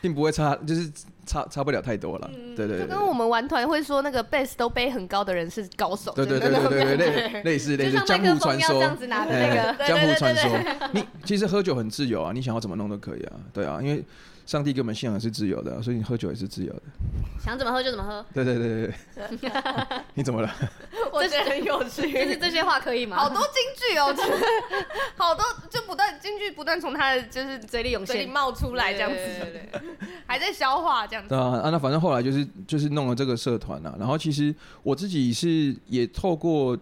[SPEAKER 3] 并不会差，就是差差不了太多了。
[SPEAKER 2] 嗯
[SPEAKER 3] 对对
[SPEAKER 1] 就
[SPEAKER 3] 对
[SPEAKER 1] 跟我们玩团会说那个贝斯都背很高的人是高手，
[SPEAKER 3] 对对对对 对对，类类似类
[SPEAKER 2] 就
[SPEAKER 3] 似
[SPEAKER 2] 像麦
[SPEAKER 3] 江
[SPEAKER 2] 克风
[SPEAKER 3] 湖传
[SPEAKER 2] 要这
[SPEAKER 3] 说，
[SPEAKER 2] 样子拿的那个，
[SPEAKER 3] 哎
[SPEAKER 1] 对
[SPEAKER 3] 江
[SPEAKER 1] 对
[SPEAKER 3] 湖
[SPEAKER 1] 对
[SPEAKER 3] 传说。你其实喝酒很自由啊，你想要怎么弄都可以啊，对啊，因为上帝给我们信仰是自由的啊、所以你喝酒也是自由的。
[SPEAKER 2] 想怎么喝就怎么喝，
[SPEAKER 3] 对对对对对， 你怎么了？
[SPEAKER 1] 我觉得很有趣，
[SPEAKER 2] 就是这些话可以吗？
[SPEAKER 1] 好多京剧哦，就是 好多就不断京剧不断从他的就是
[SPEAKER 2] 嘴里涌
[SPEAKER 1] 嘴里
[SPEAKER 2] 现，
[SPEAKER 1] 冒出来这样
[SPEAKER 2] 对
[SPEAKER 1] 子，还在消化这样子。
[SPEAKER 3] 对啊，啊那反正后来就是就是弄了这个社团啊，然后其实我自己是也透过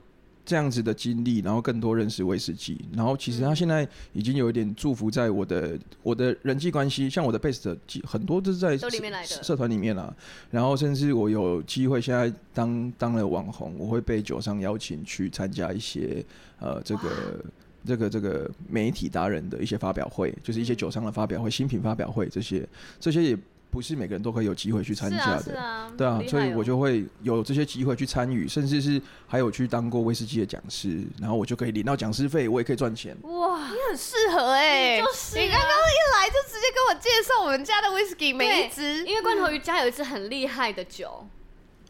[SPEAKER 3] 这样子的经历，然后更多认识威士忌，然后其实他现在已经有一点祝福在我的我的人际关系，像我的 base 的几很多都是在
[SPEAKER 2] 都里面来的
[SPEAKER 3] 社社团里面啦、啊然后甚至我有机会现在当当了网红，我会被酒商邀请去参加一些呃这个。这个这个媒体达人的一些发表会，就是
[SPEAKER 2] 嗯
[SPEAKER 3] 一些酒商的发表会、新品发表会这些，这些也不是每个人都可以有机会去参
[SPEAKER 2] 是
[SPEAKER 3] 加
[SPEAKER 2] 啊是
[SPEAKER 3] 的。
[SPEAKER 2] 啊，
[SPEAKER 3] 对啊
[SPEAKER 2] 厉，害
[SPEAKER 3] 所以
[SPEAKER 2] 哦
[SPEAKER 3] 我就会有这些机会去参与，甚至是还有去当过威士忌的讲师，然后我就可以领到讲师费，我也可以赚钱。
[SPEAKER 2] 哇，
[SPEAKER 1] 你很适合哎、
[SPEAKER 2] 就是
[SPEAKER 1] 你刚刚一来就直接跟我介绍我们家的威士忌每一支，
[SPEAKER 2] 因为罐头鱼家有一支很厉害的酒，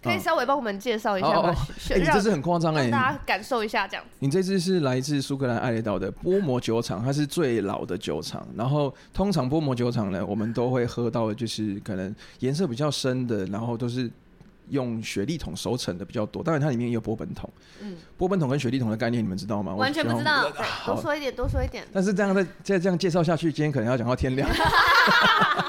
[SPEAKER 1] 可以稍微帮我们介绍一
[SPEAKER 3] 哦
[SPEAKER 1] 下
[SPEAKER 3] 哦
[SPEAKER 1] 吗
[SPEAKER 3] 哦？
[SPEAKER 1] 选
[SPEAKER 3] 哎、你
[SPEAKER 1] 让
[SPEAKER 3] 这次很夸张
[SPEAKER 1] 让大
[SPEAKER 3] 哎！
[SPEAKER 1] 家感受一下这样子。
[SPEAKER 3] 你这支是来自苏格兰爱雷岛的波摩酒厂，它是最老的酒厂。然后通常波摩酒厂呢，我们都会喝到的就是可能颜色比较深的，然后都是用雪莉桶熟成的比较多。当然它里面也有波本桶，
[SPEAKER 2] 嗯，
[SPEAKER 3] 波本桶跟雪莉桶的概念你们知道吗？我
[SPEAKER 2] 完全不知
[SPEAKER 3] 希望
[SPEAKER 2] 道，
[SPEAKER 1] 多说一点，多说一点，
[SPEAKER 3] 但是这样再再这样介绍下去，今天可能要讲到天亮。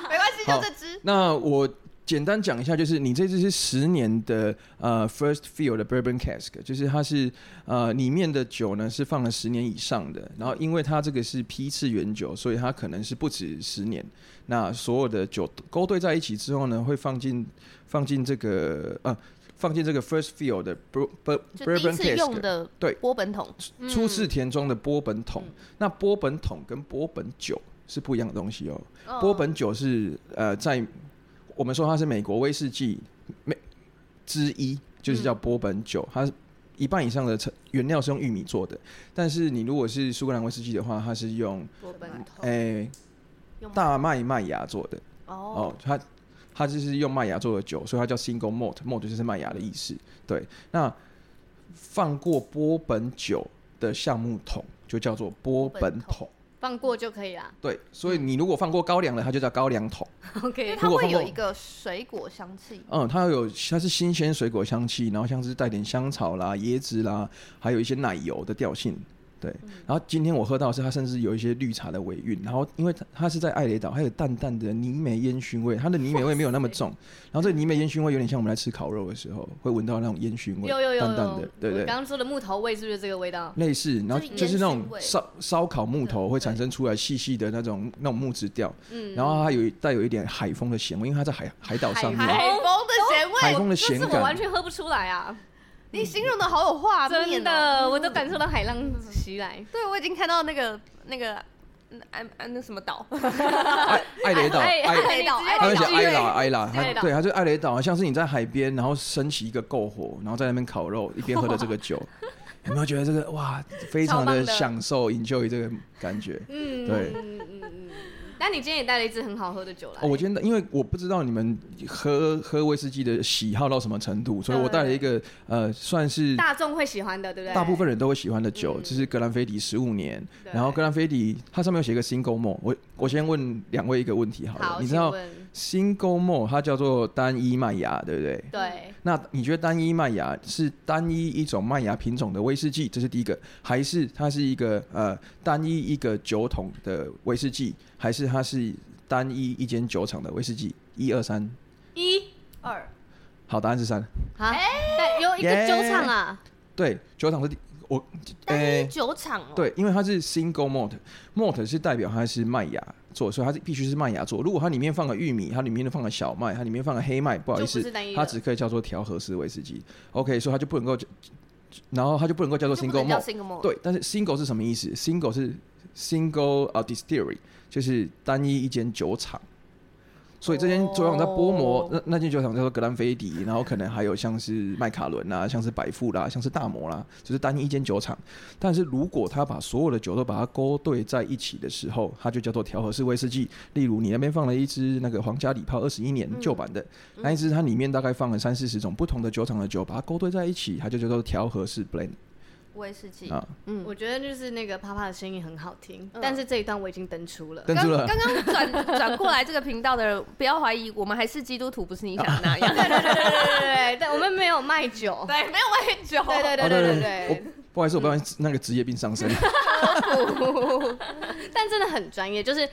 [SPEAKER 1] 没关系，就
[SPEAKER 3] 好
[SPEAKER 1] 这支。
[SPEAKER 3] 那我简单讲一下，就是你这支是十年的呃 First Field 的 Bourbon Cask，就是它是呃里面的酒呢是放了十年以上的，然后因为它这个是批次原酒，所以它可能是不止十年。那所有的酒勾兑在一起之后呢，会放进放进这个呃放进这个 First Field 的 Bou- Bou-
[SPEAKER 1] 就第一
[SPEAKER 3] Bourbon
[SPEAKER 1] 次
[SPEAKER 3] Cask
[SPEAKER 1] 用的
[SPEAKER 3] 对
[SPEAKER 1] 波本桶，
[SPEAKER 2] 嗯
[SPEAKER 3] 初次田庄的波本桶。
[SPEAKER 2] 嗯
[SPEAKER 3] 那波本桶跟波本酒是不一样的东西哦。
[SPEAKER 1] 嗯
[SPEAKER 2] 哦
[SPEAKER 3] 波本酒是呃，在我们说它是美国威士忌美之一，就是叫波本酒，它一半以上的成原料是用玉米做的，但是你如果是苏格兰威士忌的话，它是用
[SPEAKER 2] 波本
[SPEAKER 3] 哎、
[SPEAKER 2] 桶，
[SPEAKER 1] 用
[SPEAKER 3] 大麦麦芽做的
[SPEAKER 1] 哦
[SPEAKER 3] 哦，它它就是用麦芽做的酒，所以它叫 single malt，malt 就是麦芽的意思。对，那放过波本酒的橡木桶就叫做波本
[SPEAKER 1] 本桶
[SPEAKER 3] 桶。
[SPEAKER 2] 放过就可以啦。
[SPEAKER 3] 对，所以你如果放过高粱了，它就叫高粱桶。
[SPEAKER 1] 因为
[SPEAKER 2] OK，
[SPEAKER 1] 它
[SPEAKER 3] 如果
[SPEAKER 1] 会
[SPEAKER 3] 放
[SPEAKER 1] 有
[SPEAKER 3] 过
[SPEAKER 1] 一个水果香气，
[SPEAKER 3] 嗯，它有它是新鲜水果香气，然后像是带点香草啦、椰子啦，还有一些奶油的调性。对，
[SPEAKER 2] 嗯
[SPEAKER 3] 然后今天我喝到的是它甚至有一些绿茶的尾韵，然后因为它它是在艾雷岛，它有淡淡的泥煤烟熏 味，它的泥煤味没有那么重，然后这个泥煤烟熏味有点像我们来吃烤肉的时候会闻到那种烟熏味，
[SPEAKER 2] 有有有
[SPEAKER 3] 淡淡
[SPEAKER 2] 有
[SPEAKER 3] 的，，对
[SPEAKER 2] 我
[SPEAKER 3] 对，
[SPEAKER 2] 刚刚说的木头味是不是这个味道？
[SPEAKER 3] 类似，然后
[SPEAKER 1] 就是
[SPEAKER 3] 就是
[SPEAKER 1] 烟
[SPEAKER 3] 那
[SPEAKER 1] 熏
[SPEAKER 3] 种
[SPEAKER 1] 味
[SPEAKER 3] 烧烧烤木头
[SPEAKER 1] 对
[SPEAKER 3] 会产生出来细细的那种那种木质调，
[SPEAKER 2] 嗯，
[SPEAKER 3] 然后它有一带有一点海风的咸味，因为它在海海岛上
[SPEAKER 2] 海
[SPEAKER 3] 面，
[SPEAKER 1] 哦海风的咸味，
[SPEAKER 3] 海风的
[SPEAKER 2] 这
[SPEAKER 3] 咸
[SPEAKER 2] 是我
[SPEAKER 3] 感
[SPEAKER 2] 完。全喝不出来啊，
[SPEAKER 1] 你形容的好有画面、哦，
[SPEAKER 2] 真的，我都感受到海浪袭来。
[SPEAKER 1] 对，我已经看到那个那个嗯安安那什么岛，
[SPEAKER 3] 爱爱雷岛，
[SPEAKER 2] 哎
[SPEAKER 3] 爱
[SPEAKER 1] 雷岛
[SPEAKER 2] 哎
[SPEAKER 3] 他
[SPEAKER 1] 爱
[SPEAKER 3] 会
[SPEAKER 1] 雷岛
[SPEAKER 3] 写艾拉，艾拉，
[SPEAKER 2] 艾
[SPEAKER 3] 他
[SPEAKER 2] 拉
[SPEAKER 3] 对，他就艾雷岛，像是你在海边，然后升起一个篝火，然后在那边烤肉，一边喝的这个酒，有没有觉得这个哇，非
[SPEAKER 2] 超
[SPEAKER 3] 常的
[SPEAKER 2] 棒的
[SPEAKER 3] 享受 enjoy 这个感觉？
[SPEAKER 2] 嗯，
[SPEAKER 3] 对
[SPEAKER 2] 嗯嗯嗯嗯。但你今天也带了一支很好喝的酒来，
[SPEAKER 3] 哦，我今天因为我不知道你们喝喝威士忌的喜好到什么程度，所以我带了一个呃，算是
[SPEAKER 2] 大众会喜欢的，对不对？
[SPEAKER 3] 大部分人都会喜欢的酒，
[SPEAKER 2] 嗯
[SPEAKER 3] 这是格兰菲迪十五年，
[SPEAKER 2] 对
[SPEAKER 3] 然后格兰菲迪它上面有写一个 single malt，我我先问两位一个问题好了，
[SPEAKER 2] 好，
[SPEAKER 3] 你知道
[SPEAKER 2] 请问
[SPEAKER 3] single malt 它叫做单一麦芽，对不对？
[SPEAKER 2] 对，
[SPEAKER 3] 那你觉得单一麦芽是单一一种麦芽品种的威士忌，这是第一个，还是它是一个呃单一一个酒桶的威士忌，还是它是单一一间酒厂的威士忌？一二三，
[SPEAKER 2] 一
[SPEAKER 1] 二
[SPEAKER 3] 好，答案是三。
[SPEAKER 2] 好，对，有一个
[SPEAKER 3] 耶
[SPEAKER 2] 酒厂啊，
[SPEAKER 3] 对，酒厂是第我
[SPEAKER 1] 单一
[SPEAKER 3] 诶
[SPEAKER 1] 酒厂哦，，
[SPEAKER 3] 对，因为它是 single malt，malt 是代表它是麦芽做，所以它是必须是麦芽做。如果它里面放了玉米，它里面放了小麦，它里面放了黑麦，不好
[SPEAKER 2] 就
[SPEAKER 3] 意
[SPEAKER 2] 不
[SPEAKER 3] 思
[SPEAKER 2] 是，单一
[SPEAKER 3] 它
[SPEAKER 2] 的，
[SPEAKER 3] 只可以叫做调和式威士忌。OK，所以它就不能够，然后它就不能够叫做
[SPEAKER 1] 就不
[SPEAKER 3] single
[SPEAKER 1] 能叫
[SPEAKER 3] malt。
[SPEAKER 1] single malt，
[SPEAKER 3] 对，但是 single 是什么意思？single 是 single 啊、distillery，就是单一一间酒厂。所以这间酒厂在波摩，
[SPEAKER 1] 哦
[SPEAKER 3] 那那间酒厂叫做格兰菲迪，然后可能还有像是麦卡伦啦、像是百富啦、像是大摩啦，就是单一一间酒厂。但是如果他把所有的酒都把它勾兑在一起的时候，它就叫做调和式威士忌。例如你那边放了一支那个皇家礼炮二十一年
[SPEAKER 1] 嗯
[SPEAKER 3] 旧版的，那一支它里面大概放了三四十种不同的酒厂的酒，把它勾兑在一起，它就叫做调和式 blend
[SPEAKER 1] 威士忌，
[SPEAKER 3] 啊。
[SPEAKER 1] 嗯，
[SPEAKER 2] 我觉得就是那个啪啪的声音很好听，
[SPEAKER 1] 嗯
[SPEAKER 2] 但是这一段我已经登出了。
[SPEAKER 3] 登
[SPEAKER 1] 刚
[SPEAKER 3] 出了
[SPEAKER 1] 刚。刚转 转过来这个频道的人，不要怀疑，我们还是基督徒，不是你想的那样，对对
[SPEAKER 2] 对对对对对，但我们没有卖 酒。
[SPEAKER 1] 对， 没有卖酒，
[SPEAKER 2] 对对对
[SPEAKER 3] 哦
[SPEAKER 2] 对
[SPEAKER 3] 对
[SPEAKER 2] 对嗯
[SPEAKER 3] 我不好意思，我不小心那个职业病上身。
[SPEAKER 2] 对，但真的很专业，就是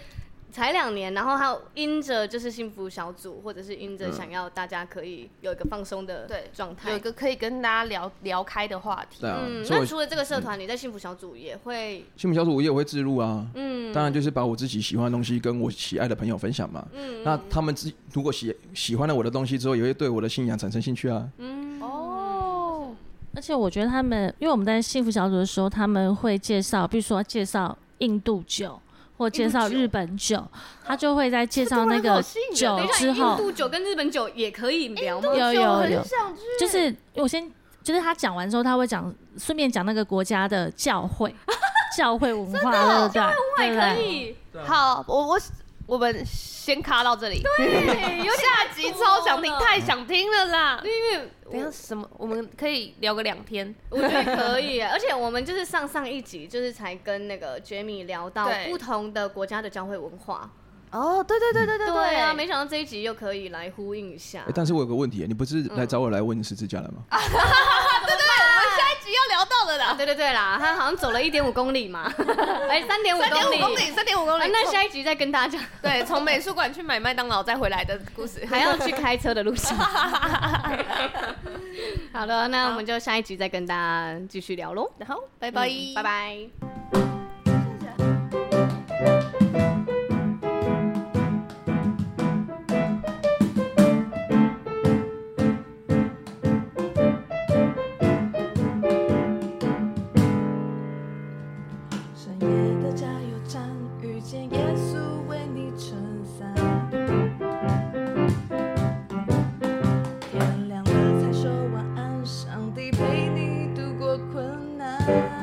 [SPEAKER 2] 才两年，然后还有因着就是幸福小组，或者是因
[SPEAKER 3] 嗯
[SPEAKER 2] 着想要大家可以有一个放松的
[SPEAKER 1] 对
[SPEAKER 2] 状态，
[SPEAKER 1] 有一个可以跟大家聊聊开的话题
[SPEAKER 3] 对。啊，
[SPEAKER 2] 嗯，
[SPEAKER 3] 所以
[SPEAKER 2] 那
[SPEAKER 3] 我
[SPEAKER 2] 除了这个社团，你在幸福小组也会，
[SPEAKER 3] 新闻小组我也会自入啊。
[SPEAKER 2] 嗯，
[SPEAKER 3] 当然就是把我自己喜欢的东西跟我喜爱的朋友分享嘛。
[SPEAKER 2] 嗯，
[SPEAKER 3] 那他们自如果喜喜欢了我的东西之后，也会对我的信仰产生兴趣啊。
[SPEAKER 2] 嗯，
[SPEAKER 1] 哦，
[SPEAKER 5] 而且我觉得他们，因为我们在幸福小组的时候，他们会介绍，比如说介绍印度酒或介绍日本酒，他就会在介绍那
[SPEAKER 1] 这个我
[SPEAKER 5] 个
[SPEAKER 1] 好吸引人
[SPEAKER 5] 酒
[SPEAKER 2] 等一下，
[SPEAKER 5] 哦之
[SPEAKER 2] 印
[SPEAKER 5] 后，
[SPEAKER 2] 度酒跟日本酒也可以聊吗？
[SPEAKER 5] 有有有
[SPEAKER 1] 很，想去，
[SPEAKER 5] 就是我先，就是他讲完之后，他会讲顺便讲那个国家的教会、教会文化，对不对？对不
[SPEAKER 2] 可
[SPEAKER 5] 对？
[SPEAKER 2] 以，
[SPEAKER 1] 好，我我我们先卡到这里，
[SPEAKER 2] 对，有点
[SPEAKER 1] 下集超想听，
[SPEAKER 2] 太。
[SPEAKER 1] 太想听了啦。
[SPEAKER 2] 因为
[SPEAKER 1] 等一下什么？我们可以聊个两天。
[SPEAKER 2] 我觉得可以耶，而且我们就是上上一集就是才跟那个 Jamie 聊到
[SPEAKER 1] 对
[SPEAKER 2] 不同的国家的教会文化，
[SPEAKER 1] 哦，对对对对对
[SPEAKER 2] 对啊，
[SPEAKER 1] 啊，
[SPEAKER 2] 没想到这一集又可以来呼应一下
[SPEAKER 3] 诶。但是我有个问题，你不是
[SPEAKER 2] 嗯
[SPEAKER 3] 来找我来问十字架了吗？
[SPEAKER 1] 啊下一集要聊到的
[SPEAKER 2] 啊，
[SPEAKER 1] 啦，
[SPEAKER 2] 对对对啦，他好像走了一点五公里 嘛，哎，三点五
[SPEAKER 1] 三点
[SPEAKER 2] 公
[SPEAKER 1] 五公
[SPEAKER 2] 里。
[SPEAKER 1] 里，三点五公
[SPEAKER 2] 啊
[SPEAKER 1] 里。
[SPEAKER 2] 那
[SPEAKER 1] 从
[SPEAKER 2] 下一集再跟大家讲，
[SPEAKER 1] 对，从美术馆去买麦当劳再回来的故事，
[SPEAKER 2] 还要去开车的路上。 好的，那我们就下一集再跟大家继续聊喽，
[SPEAKER 1] 然后拜拜，
[SPEAKER 2] 嗯拜。拜。
[SPEAKER 6] 深夜的加油站遇见耶稣为你撑伞，天亮了才说晚安，上帝陪你度过困难。